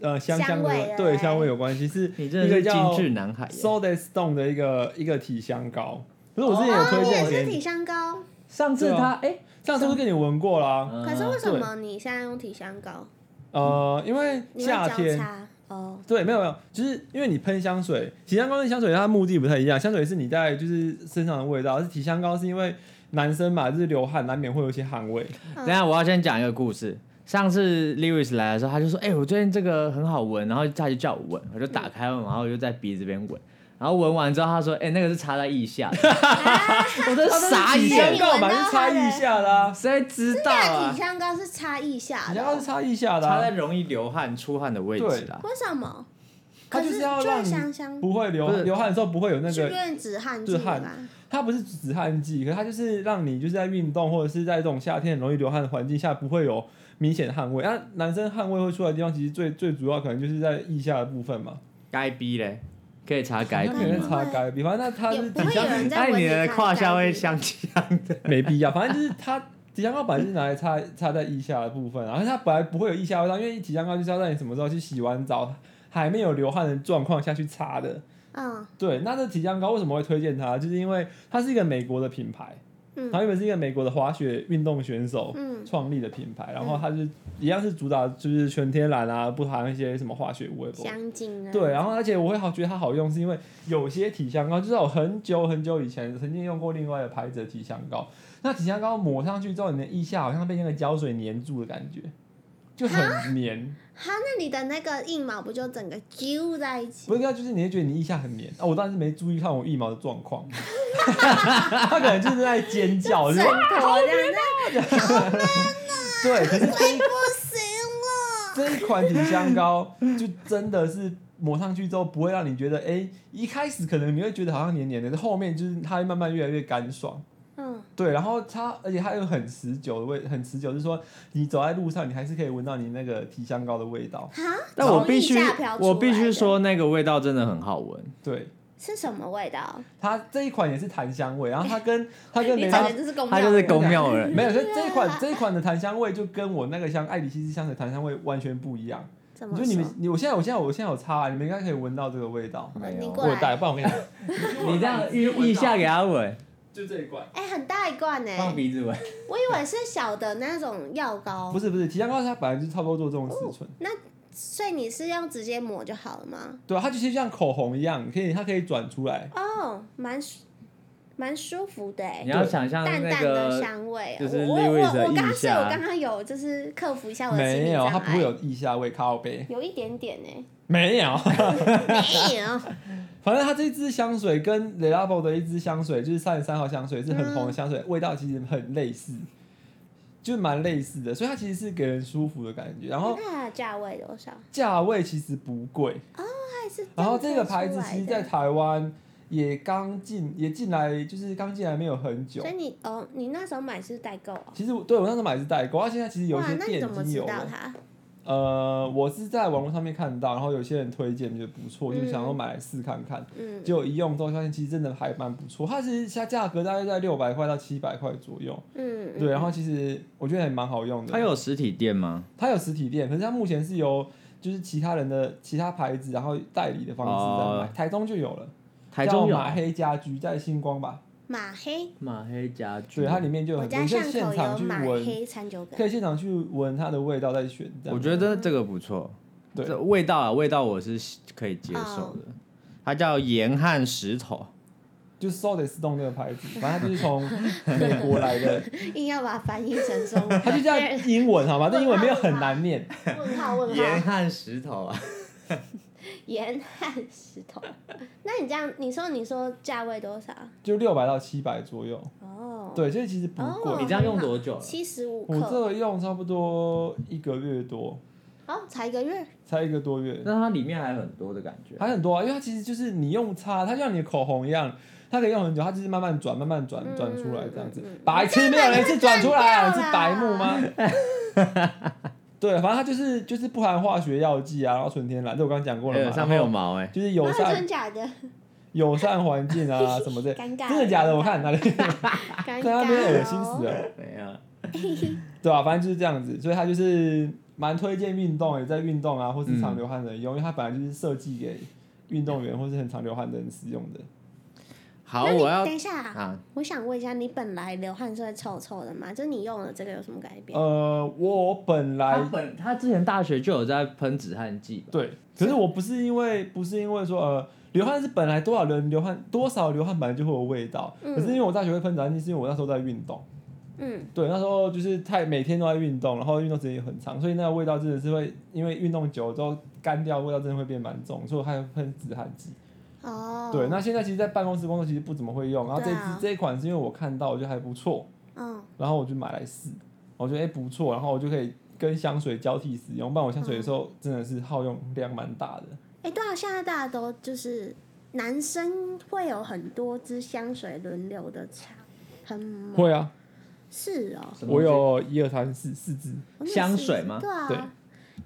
A: 呃香香
B: 香味
A: 的
B: 的
A: 对香味有关系，是
C: 你真的
A: 一个
C: 是
A: 叫
C: 精致男孩耶
A: Soda Stone 的一个一个体香膏。可是我之前有
B: 哦，
A: 推
B: 你也
A: 荐给
B: 是
A: 你，啊
B: 体香膏，
C: 上次他哎、
A: 上次都给你闻过啦。
C: 嗯
B: 可是为什么你现在用体香膏？
A: 呃，因为
B: 你会
A: 夏
B: 交
A: 天
B: 叉哦，
A: 对，没有没有，就是因为你喷香水，体香膏跟香水它的目的不太一样。香水是你在就是身上的味道，而是体香膏是因为男生嘛，就是流汗难免会有一些汗味。
C: 等一下我要先讲一个故事。上次 Lewis 来的时候，他就说：“哎、我最近这个很好闻。”然后他就叫我闻，我就打开闻，然后我就在鼻子边闻。然后闻完之后，他说：“哎、那个是插在腋下 的。”我都傻
A: 体
C: 眼
A: 香
B: 你，
A: 膏嘛
B: 闻到
A: 是擦
B: 它的
A: 腋下的啊，
C: 谁知道
B: 那
C: 啊
B: 体？香膏是擦腋下
A: 体
B: 的
A: 香膏
B: 哦
A: 是，擦腋下的
C: 插
A: 啊、
C: 在容易流汗、出汗的位置啦。
B: 为什么？
A: 它
B: 可
A: 就是是要
B: 就
A: 让
B: 会
A: 你
B: 香香，
A: 不会流
C: 不是
A: 流汗的时候不会有那
B: 是不
A: 个，
B: 是止汗
A: 止
B: 剂
A: 汗
B: 吧？
A: 它不是止汗剂，可是它就是让你就是在运动或者是在这种夏天很容易流汗的环境下不会有明显的汗味。那、男生汗味会出来的地方，其实最最主要可能就是在腋下的部分嘛。
C: 该逼嘞，可以查该
A: 那
C: 逼
A: 可能
B: 吗
A: 擦该，比方那它
B: 也
A: 是
B: 不
A: 体
B: 会有
A: 香
B: 人在
C: 那
B: 闻
C: 你的
B: 它
C: 胯下
B: 干
C: 会
B: 净
C: 香香 的。
A: 没必要，反正就是它体香膏本来就是拿来擦擦在腋下的部分，然后它本来不会有腋下味道，因为体香膏就是要让你什么时候去洗完澡还没有流汗的状况下去擦的。
B: 嗯
A: 对，那这体香膏为什么会推荐它？就是因为它是一个美国的品牌，
B: 嗯
A: 它原本是一个美国的滑雪运动选手
B: 嗯
A: 创立的品牌，然后它是一样是主打就是全天然啊，不含一些什么化学物。
B: 香精啊，
A: 哦对，然后而且我会好觉得它好用，是因为有些体香膏，就是我很久很久以前曾经用过另外的牌子的体香膏，那体香膏抹上去之后，你的腋下好像被那个胶水粘住的感觉，就
B: 啊
A: 很黏。
B: 好，那你的那个硬毛不就整个揪在一起？
A: 不是，就是你会觉得你腋下很黏啊！我当时没注意看我腋毛的状 况，他可能就是在尖叫，就是
B: 枕头啊这样
A: 对，可是
B: 子，不行了。
A: 这一款体香膏就真的是抹上去之后，不会让你觉得，哎、一开始可能你会觉得好像黏黏的，但后面就是它会慢慢越来越干爽。
B: 嗯，
A: 对，然后它，而且它有很持久的味，很持久，就是说你走在路上，你还是可以闻到你那个体香膏的味道。
B: 哈，
C: 但我
B: 从
C: 必
B: 腋
C: 须
B: 下飘，出
C: 我必
B: 来
C: 须
B: 的
C: 说那个味道真的很好闻。
A: 对，
B: 是什么味道？
A: 它这一款也是檀香味，然后它 跟它跟
B: 你
A: 梅
B: 感
A: 拉
B: 觉就是公
C: 他就是
B: 庙
C: 公
B: 人
C: 庙人，
A: 没有，就这一
B: 啊
A: 款这一款的檀香味就跟我那个香爱迪西斯香水檀香味完全不一样。
B: 怎
A: 你
B: 么
A: 就
B: 说？
A: 你们，你我现在我现在我现在有擦、啊，你们应该可以闻到这个味道。
B: 呃
C: 没
B: 你
C: 有
B: 过
A: 我有
B: 来，
A: 带，不然我跟你讲，
C: 你这样腋腋下给他闻，
A: 就这一罐。
B: 哎、很大一罐呢、
C: 放鼻子闻，
B: 我以为是小的那种药膏
A: 不，是不是，提香膏它本来就差不多做这种尺寸，
B: 所以你是用直接抹就好了吗？
A: 对啊，它就其实像口红一样，可以它可以转出来，
B: 哦，蛮舒蛮舒服的、欸
C: 你，要想象
B: 淡
C: 那
B: 淡的
C: 个
B: 香味。哦
C: 就是
B: 我我
C: Lewis 的
B: 我我刚
C: 腋
B: 刚所以我
C: 下
B: 刚刚有就是克服一下我的心理
A: 没有，
B: 障
A: 它不会
B: 碍，
A: 有腋下味，靠背
B: 有一点点呢、
A: 没有。
B: 没有，
A: 反正它这支香水跟 Le Labo 的一支香水，就是三十三号香水，是很红的香水，味道其实很类似，就蛮类似的，所以它其实是给人舒服的感觉。然后
B: 那它的价位多少？
A: 价位其实不贵，
B: 它是
A: 然后这
B: 真
A: 个
B: 的
A: 牌
B: 出
A: 子
B: 来
A: 其实，
B: 的
A: 在台湾也刚进，也进来，就是刚进来没有很久
B: 所以。你哦，你那时候买是代购哦。
A: 其实我对我那时候买的是代购，它啊现在其实有一
B: 哇，
A: 些
B: 那你
A: 店
B: 怎
A: 已
B: 么
A: 经
B: 知
A: 有
B: 道
A: 了。
B: 它？
A: 呃，我是在网络上面看到，然后有些人推荐觉得不错，就想要买来试看看。
B: 嗯，
A: 结果一用之后发现，其实真的还蛮不错。它其实它价格大概在六百块到七百块左右，
B: 嗯，嗯
A: 对。然后其实我觉得还蛮好用的。
C: 它有实体店吗？
A: 它有实体店，可是它目前是由就是其他人的其他牌子，然后代理的方式在卖。
C: 哦
A: 台中就有了，
C: 台中
A: 叫
C: 有
A: 马黑家居，在星光吧。
B: 马黑，
C: 马黑家具，
A: 对，它里面就有
B: 我
A: 很多，
B: 家
A: 你可以
B: 巷
A: 现
B: 口
A: 场
B: 有
A: 去
B: 马
A: 闻，
B: 黑餐酒
A: 可
B: 馆。
A: 以现场去闻它的味道再选。这样
C: 我觉得这个不错，
A: 对
C: 这味道啊，味道我是可以接受的。
B: 嗯
C: 它叫盐汉石头，
A: 就是 Soda s t o n 那个牌子， 反正它就是从 美国来的，
B: 硬要把它翻译成中 文，
A: 它就 叫英文好吗？这英文没有很难念，
B: 问号问
C: 盐
B: 号，
C: 汉石头啊，
B: 盐和石头。 那你这样，你说你说价位多少？
A: 就六百到七百左右。
B: 哦，
A: 对，所以其实不贵。
B: 哦
C: 你这样用多久了？
B: 七十五
A: 我这
B: 克，
A: 个用差不多一个月多，
B: 哦，才一个月，
A: 才一个多月，
C: 那它里面还有很多的感觉，
A: 还很多啊。因为它其实就是你用擦，它就像你的口红一样，它可以用很久，它就是慢慢转，慢慢转，
B: 嗯
A: 转出来这样子
B: 嗯嗯。
A: 白痴，没有人是转出来啊，
B: 你
A: 你是
B: 这样
A: 白
B: 就
A: 目
B: 断掉
A: 吗？
B: 啊
A: 对，反正它就是就是不含化学药剂啊，然后纯天然，这我刚刚讲过了
C: 哎
A: 嘛。
C: 上面有
A: 然后
C: 毛哎，
A: 就是友
B: 那
A: 善
B: 哦真假的，
A: 友善环境啊什么的，
B: 尴尬，
A: 真的假的？我看哪里，
B: 尴
A: 看
B: 尬，哦
A: 他那边恶心死了。。
C: 没有，
A: 对啊，反正就是这样子，所以他就是蛮推荐运动，也在运动啊，或是常流汗的人用，因为它本来就是设计给运动员或是很常流汗的人使用的。
C: 好，
B: 那你
C: 我要
B: 等一下啊，
C: 啊，
B: 我想问一下，你本来流汗是会臭臭的吗？就是你用了这个有什么改变？
A: 呃，我本
C: 他
A: 来
C: 本他之前大学就有在喷止汗剂 吧，
A: 对，可是我不是因为不是因为说呃流汗是本来多少人流汗多少流汗本来就会有味道，
B: 嗯
A: 可是因为我大学会喷汗剂，是因为我那时候在运动，
B: 嗯，
A: 对，那时候就是太每天都在运动，然后运动时间也很长，所以那个味道真的是会因为运动久了之后干掉，味道真的会变蛮重，所以我还会喷止汗剂。
B: 哦，
A: 对，那现在其实，在办公室工作其实不怎么会用，然后这
B: 对
A: 支、
B: 啊
A: 这一款是因为我看到我觉得还不错，
B: 嗯，
A: 然后我就买来试，我觉得哎、诶不错，然后我就可以跟香水交替使用，不然我香水有时候真的是耗用量蛮大的。
B: 哎，对啊，现在大家都就是男生会有很多支香水轮流的擦，很猛
A: 会啊，
B: 是哦，
C: 什么
A: 我有一二三四四支，
B: 我每次
C: 香水吗
B: 哦对啊，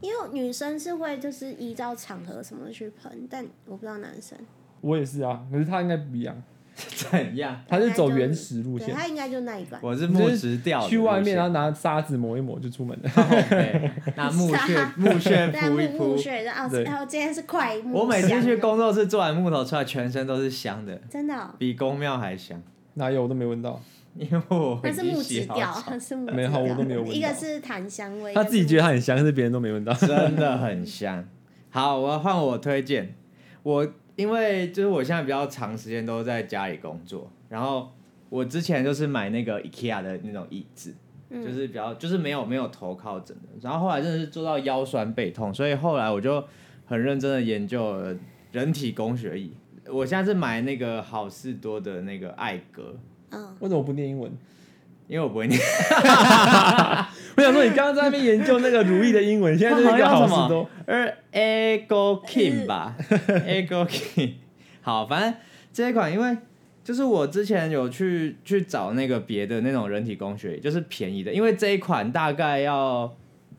A: 对
B: 因为女生是会就是依照场合什么去喷，但我不知道男生，
A: 我也是啊，可是它应该不一样，
C: 怎样？
A: 它是走原始路
B: 对
A: 线，
B: 他应该就那一款，
C: 我是木质调的路线，
A: 去外面然后拿沙子抹一抹就出门了。
C: 靠背 拿木屑 木屑
B: 对啊，
C: 铺
B: 木
C: 一
B: 木
C: 铺。
B: 屑，然后
A: 对
B: 然后今天是快木香，
C: 我每次去工作室做完木头出来，全身都是香的，
B: 真 的哦，
C: 比公庙还香，
A: 哪有我都没闻到，
C: 因为我
B: 那是
C: 已经
B: 木
C: 洗
B: 质
C: 好澡
B: 调， 是木质
A: 没有
B: 调
A: 我都没有闻
B: 一
A: 到
B: 个是檀香味，
A: 他自己觉得
B: 得
A: 它很香，可是别人都没闻到。
C: 真的很香。好，我要换我推荐。我因为就是我现在比较长时间都在家里工作，然后我之前就是买那个 IKEA 的那种椅子，
B: 嗯
C: 就是比较就是没有没有头靠枕的，然后后来真的是做到腰酸背痛，所以后来我就很认真的研究了人体工学椅。我现在是买那个好事多的那个艾格，
B: 嗯。
A: 为什么不念英文？
C: 因为我不会念，
A: 我想说，你刚刚在那边研究那个如意的英文，现在 就是一个好事多。
C: 而 Ego King 吧，Ego King。好，反正这一款，因为就是我之前有去去找那个别的那种人体工学，就是便宜的，因为这一款大概要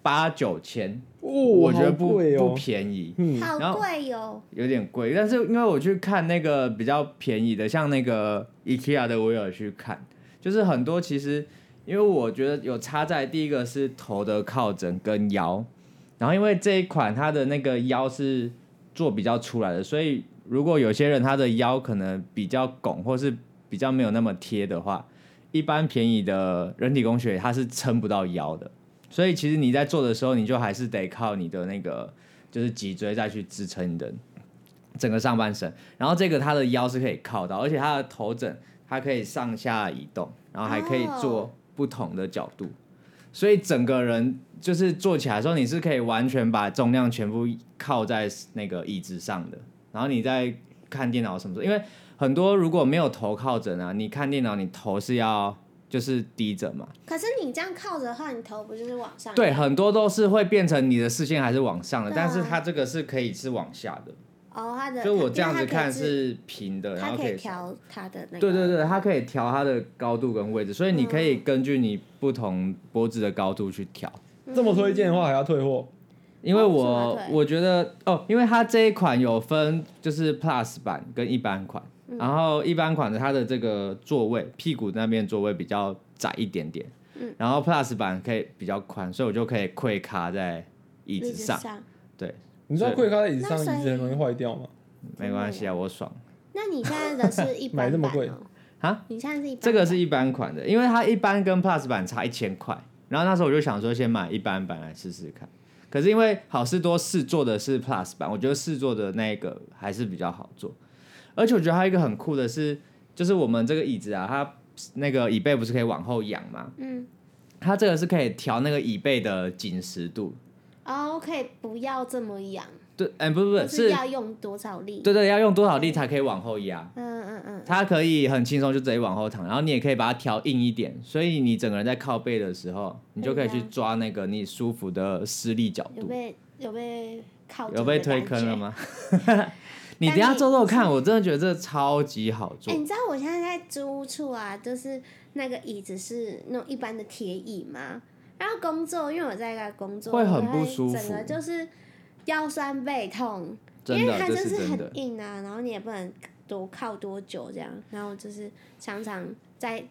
C: 八九千，
A: 哦，
C: 我
A: 我
C: 觉得不、不
A: 哦，
C: 便宜，
A: 嗯，
C: 然
B: 好
C: 后
B: 贵哟、
C: 有点贵。但是因为我去看那个比较便宜的，像那个 IKEA 的，我有去看，就是很多其实因为我觉得有差在第一个是头的靠枕跟腰，然后因为这一款它的那个腰是做比较出来的，所以如果有些人他的腰可能比较拱，或是比较没有那么贴的话，一般便宜的人体工学它是撑不到腰的，所以其实你在做的时候，你就还是得靠你的那个就是脊椎再去支撑你的整个上半身。然后这个它的腰是可以靠到，而且它的头枕它可以上下移动，然后还可以
B: 哦
C: 做不同的角度，所以整个人就是坐起来的时候，你是可以完全把重量全部靠在那个椅子上的。然后你在看电脑什么时候，因为很多如果没有头靠枕啊，你看电脑你头是要就是低着嘛，
B: 可是你这样靠着的话，你头不就是往上？
C: 对，很多都是会变成你的视线还是往上的，
B: 对啊
C: 但是它这个是可以是往下的，
B: 哦，它的，
C: 所以我
B: 它
C: 这样子
B: 因为它可以
C: 看
B: 自，
C: 是平的，然
B: 它
C: 后
B: 可以
C: 以。
B: 调它的那个，啊嗯
C: 对对，对，它可以调它的高度跟位置，所以你可以根据你不同脖子的高度去调。
A: 这么推荐的话还要退货，
C: 因为
B: 哦
C: 我、
B: 为什么对
C: 我觉得哦，因为它这一款有分就是 Plus 版跟一般款，然后一般款的它的这个座位屁股那边座位比较窄一点点，然后 Plus 版可以比较宽，所以我就可以跪卡在椅子上，
B: 上。
A: 你知道跪靠在椅子上，
B: 那所以
A: 椅子很容易坏掉吗？
C: 没关系啊，我爽。
B: 那你现在的是一 般
A: 买这么
B: 版
A: 贵
B: 哦
C: 啊？
B: 你现在是一般
C: 这个
B: 版
C: 是一般款的，因为它一般跟 Plus 版差一千块，然后那时候我就想说先买一般版来试试看。可是因为好事多试做的是 Plus 版，我觉得试做的那个还是比较好做，而且我觉得还有一个很酷的是，就是我们这个椅子啊，它那个椅背不是可以往后仰吗？
B: 嗯，
C: 它这个是可以调那个椅背的紧实度。
B: 哦，可以不要这么仰，
C: 对，哎、不不
B: 就
C: 不，
B: 是
C: 是
B: 要用多少力？
C: 对对，要用多少力才可以往后压？
B: 嗯嗯嗯，
C: 它可以很轻松就直接往后躺，然后你也可以把它调硬一点，所以你整个人在靠背的时候，你就可以去抓那个你舒服的施力角
B: 有
C: 度。
B: 被有被靠近
C: 有被
B: 的
C: 推
B: 感
C: 坑
B: 觉？
C: 了吗？ 你等一下做做看，我真的觉得这超级好
B: 哎、
C: 做。
B: 你知道我现在在租屋处啊，就是那个椅子是那种一般的铁椅嘛，然后工作，因为我在那工作，
C: 会
B: 我
C: 很不舒
B: 整个
C: 服
B: 就是腰酸背痛，
C: 真
B: 因
C: 的
B: 为它
C: 这
B: 真
C: 是
B: 是
C: 真的
B: 很硬啊，然后你也不能多靠多久这样，然后就是常常在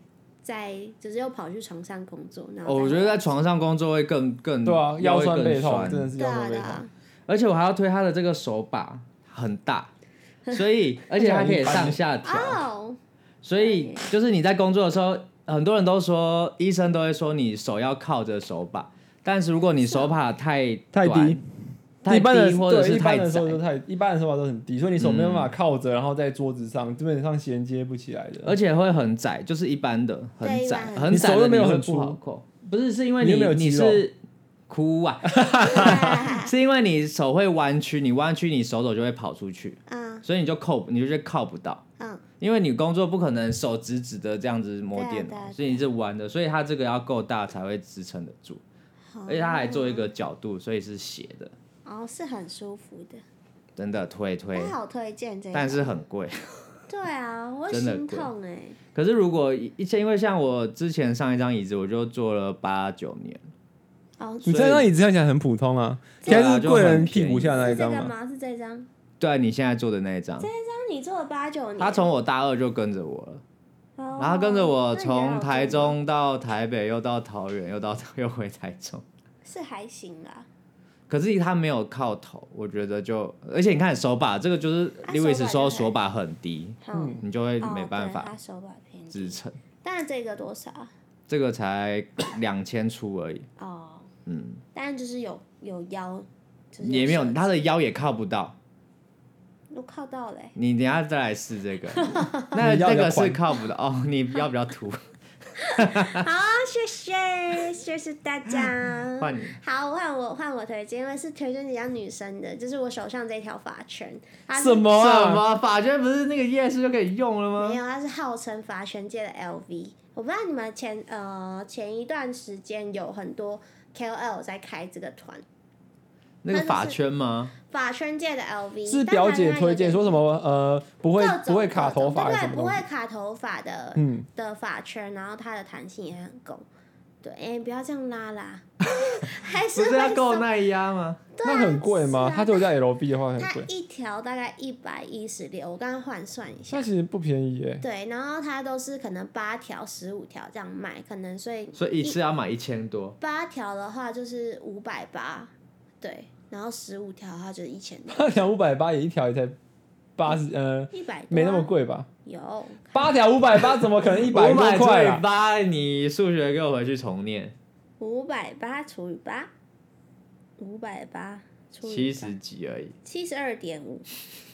B: 在就是又跑去床上工作，然后
C: 哦
B: 再
C: 我觉得
B: 回
C: 在
B: 来
C: 床上工作会更更
A: 对啊，腰
C: 会
A: 酸
C: 更
A: 背痛，
C: 酸
A: 真的是
B: 对
A: 腰
B: 啊
A: 酸
B: 对
A: 背痛。
B: 啊，
C: 而且我还要推它的这个手把很 大，所以而且它可以上下调。
B: 哦，
C: 所以就是你在工作的时候，很多人都说医生都会说你手要靠着手把，但是如果你
B: 啊
C: 手把太
A: 太
C: 短
A: 低、
C: 太
A: 一般的
C: 低或者
A: 对
C: 是
A: 一般
C: 太
A: 的时
C: 窄
A: 候，都太一般的时候都很低，所以你手没有办法靠着，然后在桌子上基本上衔接不起来的。
C: 而且会很窄，就是一般的很
B: 对一
C: 窄
B: 般很，窄
C: 很窄
A: 你手
C: 的
A: 又没有
C: 会
A: 很
C: 不好
A: 粗啊
C: 扣。不是，是因为
A: 你又
C: 你
A: 没有肌
C: 你
A: 肉
C: 是 哭啊，
B: 啊
C: 是因为你手会弯曲，你弯曲你手肘就会跑出去，
B: 嗯
C: 所以你就扣你就觉得靠不到。
B: 嗯，
C: 因为你工作不可能手直直的这样子摸电
B: 对
C: 脑
B: 啊对啊，
C: 所以你是弯的，所以它这个要够大才会支撑得住。
B: 好
C: 而且它还做一个角度，所以是斜的，
B: 哦，是很舒服的，
C: 真的推推
B: 我，好推荐这个，
C: 但是很贵。
B: 对啊，我会
C: 真的
B: 心
C: 贵
B: 痛哎、
C: 可是如果一因为像我之前上一张椅子，我就坐了八九年，
B: 哦，
A: 你这张椅子看起来很普通啊，
C: 对
A: 应
C: 啊
A: 该是贵人屁股下那
B: 是
A: 一
B: 这
A: 张
B: 个
A: 吧？
B: 吗？是这张？
C: 对啊你现在坐的那一张，
B: 那你做了八九年，
C: 他从我大二就跟着我了，
B: 哦
C: 然后跟着
B: 那
C: 我
B: 你还有
C: 从台
B: 做吗
C: 中到台北，又到桃园，又到 又回台中。
B: 是还行啦，
C: 可是他没有靠头，我觉得就，而且你看手把这个就是
B: 他啊手把
C: Lewis 说
B: 就很
C: 手把很低，
B: 嗯，
C: 你就会
B: 哦
C: 没办
B: 对
C: 法
B: 他手把偏低，
C: 支撑。
B: 但这个多少啊
C: 这个才两千出而已，
B: 哦？
C: 嗯，
B: 但就是有有腰，就是
C: 也没有
B: 手
C: 他的腰也靠不到。
B: 都靠到欸嘞、
C: 你等一下再来 试这个，那
A: 你要
C: 那
A: 比较
C: 个是
A: 宽
C: 靠不到哦。你要不要涂？
B: 好，谢谢，谢谢大 家。
C: 换你
B: 好，换我换我推荐，因为是推荐比较女生的，就是我手上这条发圈。它是
A: 什么啊
C: 什么法圈不是那个夜市就可以用了
B: 没
C: 吗？
B: 有，它是号称发圈界的 LV。我不知道你们前呃前一段时间有很多 KOL 在开这个团，
C: 那个
B: 它就是
C: 法圈吗？
B: 发圈界的 LV
A: 是
B: 但它
A: 表姐
B: 它有
A: 推荐
B: 点
A: 说什么呃不会
B: 各种
A: 不会卡
B: 各种
A: 头发
B: 对
A: 什么
B: 不
A: 东
B: 会
A: 西，
B: 卡头发的、
A: 嗯，
B: 的发圈，然后它的弹性也很够。对，哎、不要这样拉 啦，还
C: 不
B: 是
C: 是要
B: 会
C: 够
B: 松
C: 耐压吗？
A: 那很贵吗
B: 是啊？
A: 它只有在 LB 的话很
B: 它
A: 贵，
B: 一条大概一百一十六，我刚刚换算一
A: 那
B: 下。
A: 其实不便宜耶。
B: 对，然后它都是可能八条、十五条这样卖，可能所以
C: 所以一次要买一千多，
B: 八条的话就是五百八，对，然后十五条的话就是一千多。
A: 那条五百八也一条也才八十呃
B: 一百啊
A: 没那么贵吧？
B: 有
A: 八条五百八怎么可能一百多块啊？
C: 八，你数学给我回去重念，
B: 五百八除以八，五百八除以
C: 七十几而已，
B: 七十二点五。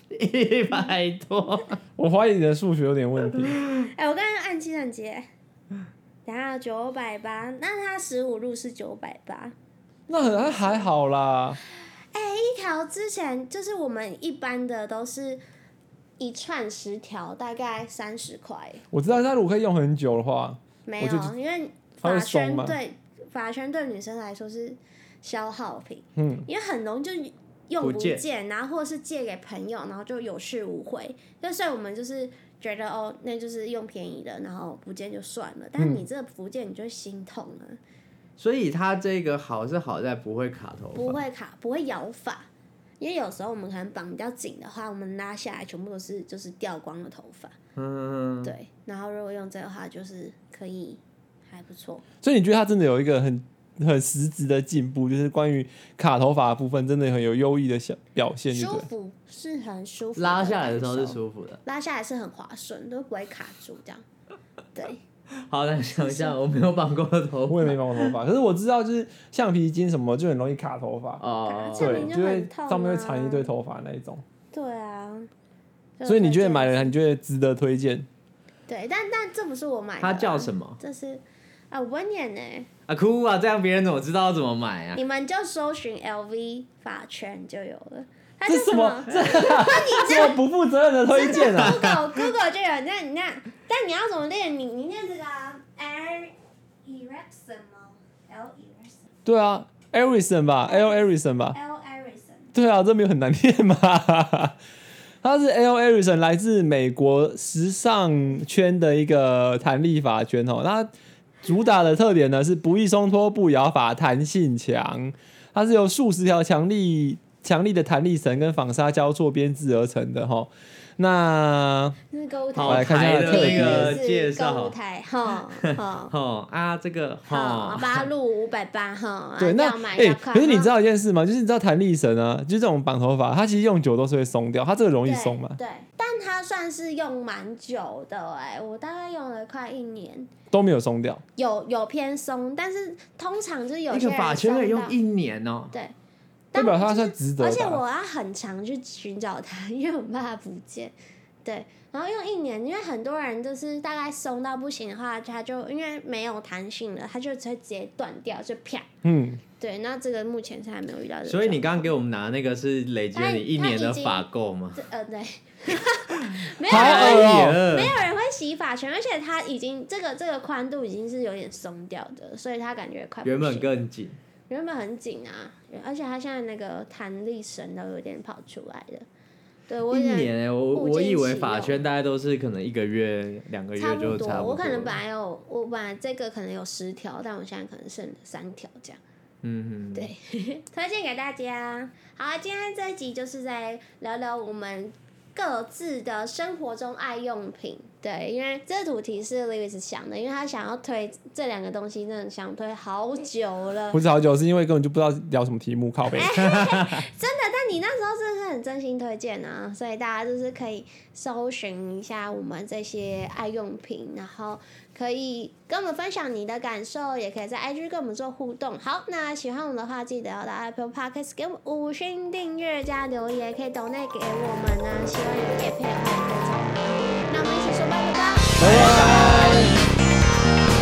C: 一百 多，
A: 我怀疑你的数学有点问题。
B: 哎、我刚刚按计算机，等一下九百八，那它十五路是九百八。
A: 那很还好啦，
B: 一条之前就是我们一般的都是一串十条，大概三十块。
A: 我知道，但如果可以用很久的话，
B: 没
A: 我就
B: 有，因为
A: 它会
B: 法
A: 松
B: 圈
A: 吗
B: 对法圈对女生来说是消耗品，
A: 嗯，
B: 因为很容易就用
C: 不
B: 不
C: 见
B: 见，然后或是借给朋友，然后就有去无回。就所以我们就是觉得哦，那就是用便宜的，然后不见就算了。
A: 嗯
B: 但你这不见，你就会心痛啊，
C: 所以它这个好是好在不会卡头
B: 不
C: 发，
B: 会卡，不会咬发。因为有时候我们可能绑比较紧的话，我们拉下来全部都是就是掉光的头发，
C: 嗯，
B: 对。然后如果用这个的话，就是可以还不错。
A: 所以你觉得他真的有一个很很实质的进步，就是关于卡头发的部分，真的很有优异的小表现，对
B: 舒
A: 不对？
B: 服是很舒服，
C: 拉下来的时候是
B: 服，
C: 舒服的。
B: 拉下来是很滑顺，都不会卡住这样。对，
C: 好，那想一下，我没有绑过头
A: 我
C: 发，
A: 也没绑过头发，可是我知道，就是橡皮筋什么就很容易卡头发，
C: 哦，
B: 这
A: 对
B: 橡，皮筋
A: 就会
B: 很痛啊
A: 上面会缠一堆头发那一种。
B: 对啊。
A: 所以你觉得买
B: 了？
A: 了，你觉得值得推荐？
B: 对，但但这不是我买的啊，
C: 它叫什么
B: 这是啊，我不会念呢、
C: 啊？哭啊！这样别人怎么知道要怎么买啊？
B: 你们就搜寻 LV 发圈就有了。它
A: 这
B: 叫
A: 是什么
B: 么？
A: 这这么不负责任的推荐啊！
B: Google Google 就有，那你那但你要怎么练？你你念这个啊 Air Erickson 吗？L Erickson
A: 对啊，Erison 吧，L Erison 吧，
B: L Erickson
A: 对啊，这没有很难念嘛。 他是 L Erison，来自美国时尚圈的一个弹力发圈哦。那它主打的特点呢是不易松脱、不摇法、弹性强。它是由数十条强力、强力的弹力绳跟纺纱交错编制而成的哈、哦。那
B: 那购物
A: 好来
B: 台，
A: 看一下
C: 台的那个
B: 是
C: 介
B: 购物
C: 绍，
B: 台哈 哈。
C: 哦啊，这个
B: 好，
C: 哦，
B: 八路五百八哈，啊
A: 对，那
B: 这样买
A: 哎、
B: 要嗯快
A: 可是你
B: 哈
A: 知道一件事吗？就是你知道弹力绳啊，就是这种绑头发，它其实用久都是会松掉，它这个容易
B: 对
A: 松嘛，
B: 对，但它算是用蛮久的哎、我大概用了快一年，
A: 都没有松掉。
B: 有有偏松，但是通常就是有
C: 一
B: 些
C: 个
B: 人
C: 法圈可
B: 松
C: 以用
B: 到
C: 一年哦，
B: 对，
A: 代
B: 但
A: 表
B: 我
A: 它
B: 就是
A: 算值得啊
B: 而且
A: 吧
B: 我要很常去寻找它，因为我怕它不见。对，然后用一年，因为很多人就是大概松到不行的话，它就因为没有弹性了，它就直接断掉，就啪。
A: 嗯，
B: 对，那这个目前是还没有遇到这个状况。
C: 所以你刚刚给我们拿那个是累积了你一年的法购吗？
B: 这呃对， 没有
A: 好
B: 人
A: 恶
B: 会
A: 哦
B: 没
C: 呀，
B: 有人会洗发圈，而且它已经这个这个宽度已经是有点松掉的，所以它感觉快不
C: 原本
B: 行
C: 更紧，
B: 原本很紧啊，而且它现在那个弹力绳都有点跑出来的。对我
C: 一
B: 有点
C: 年哎，我
B: 物尽
C: 我以为
B: 其
C: 法
B: 用
C: 圈大概都是可能一个月、两个月
B: 差
C: 就
B: 不
C: 差不多了。
B: 我可能本来有我本来这个可能有十条，但我现在可能剩三条这样。
C: 嗯嗯，
B: 对推荐给大家。好，今天这一集就是在聊聊我们各自的生活中爱用品。对，因为这个主题是 Lewis 想的，因为他想要推这两个东西，真的想推好久了
A: 不。是好久，是因为根本就不知道聊什么题目，靠背。
B: 但你那时候真的是很真心推荐啊，所以大家就是可以搜寻一下我们这些爱用品，然后可以跟我们分享你的感受，也可以在 IG 跟我们做互动。好，那喜欢我们的话，记得要到 Apple Podcast 给我们五星订阅加留言，可以 donate 给我们啊，希望你也配合我们的那我们一起说拜拜吧。
A: 拜拜。
B: 拜